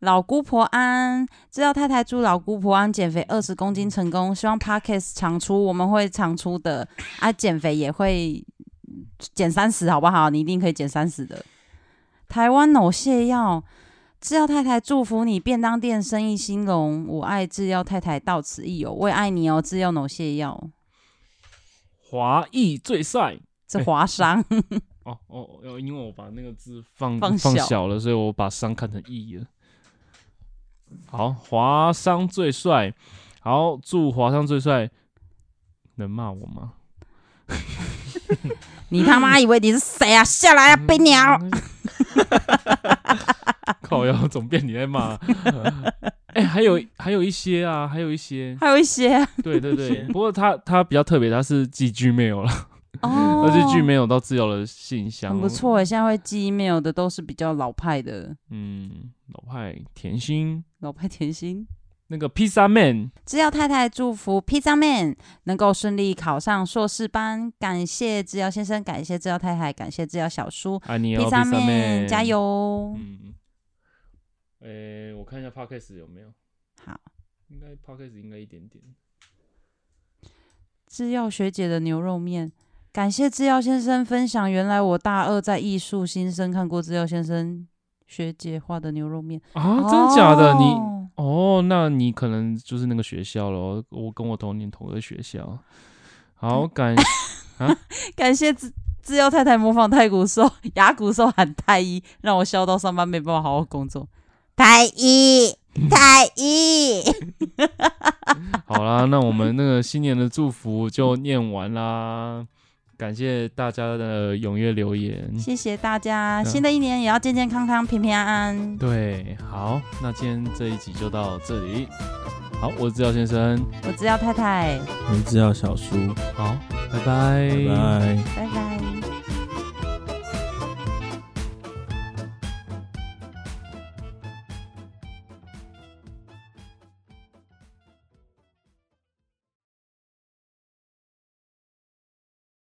A: 老姑婆安，知道太太祝老姑婆安减肥二十公斤成功，希望 Parkes 常出，我们会常出的啊，减肥也会减三十，好不好？你一定可以减三十的。台湾某泻药，制药太太祝福你便当店生意兴隆，我爱制药太太到此一游，我也爱你哦，制药某泻药，
B: 华裔最帅。
A: 这划伤。
B: 哦哦，哦因为我把那个字放
A: 放
B: 放
A: 小
B: 小了，所以我把伤看成义了。好，华商最帅，好，祝华商最帅。能骂我吗？
A: 你他妈以为你是谁啊？下来啊，笨鸟！
B: 嗯靠腰总变你在骂。哎、还有还有一些啊，还有一些，
A: 还有一些啊
B: 对对对。不过他他比较特别，他是寄 Gmail 了，
A: 哦，
B: 他是 Gmail 到自由的信箱，
A: 很不。错欸耶。现在会寄 email 的都是比较老派的，
B: 嗯，老派甜心
A: 老派甜心。
B: 那个披萨 man，
A: 制药太太祝福 Pizza Man 能够顺利考上硕士班，感谢制药先生，感谢制药太太，感谢制药小叔
B: 爱你哦，披萨
A: ，Pizza Man 加油！
B: 嗯，诶、我看一下 podcast 有没有，
A: 好，
B: 应该 podcast 应该一点点。
A: 制药学姐的牛肉面，感谢制药先生分享。原来我大二在艺术新生看过制药先生学姐画的牛肉面
B: 啊，真的假的？你
A: 哦
B: 哦，那你可能就是那个学校咯。我跟我同年同个学校。好感，
A: 感谢制制药太太模仿太古兽，牙骨兽喊太医，让我笑到上班没办法好好工作。太医，太医。
B: 好啦，那我们那个新年的祝福就念完啦。感谢大家的踊跃留言。
A: 谢谢大家，
B: 嗯
A: 新的一年也要健健康康、平平安安。
B: 对，好，那今天这一集就到这里。好，我是志尧先生。
A: 我知道太太，
C: 我是治疗小叔，
B: 好，拜
C: 拜拜。
A: 拜拜。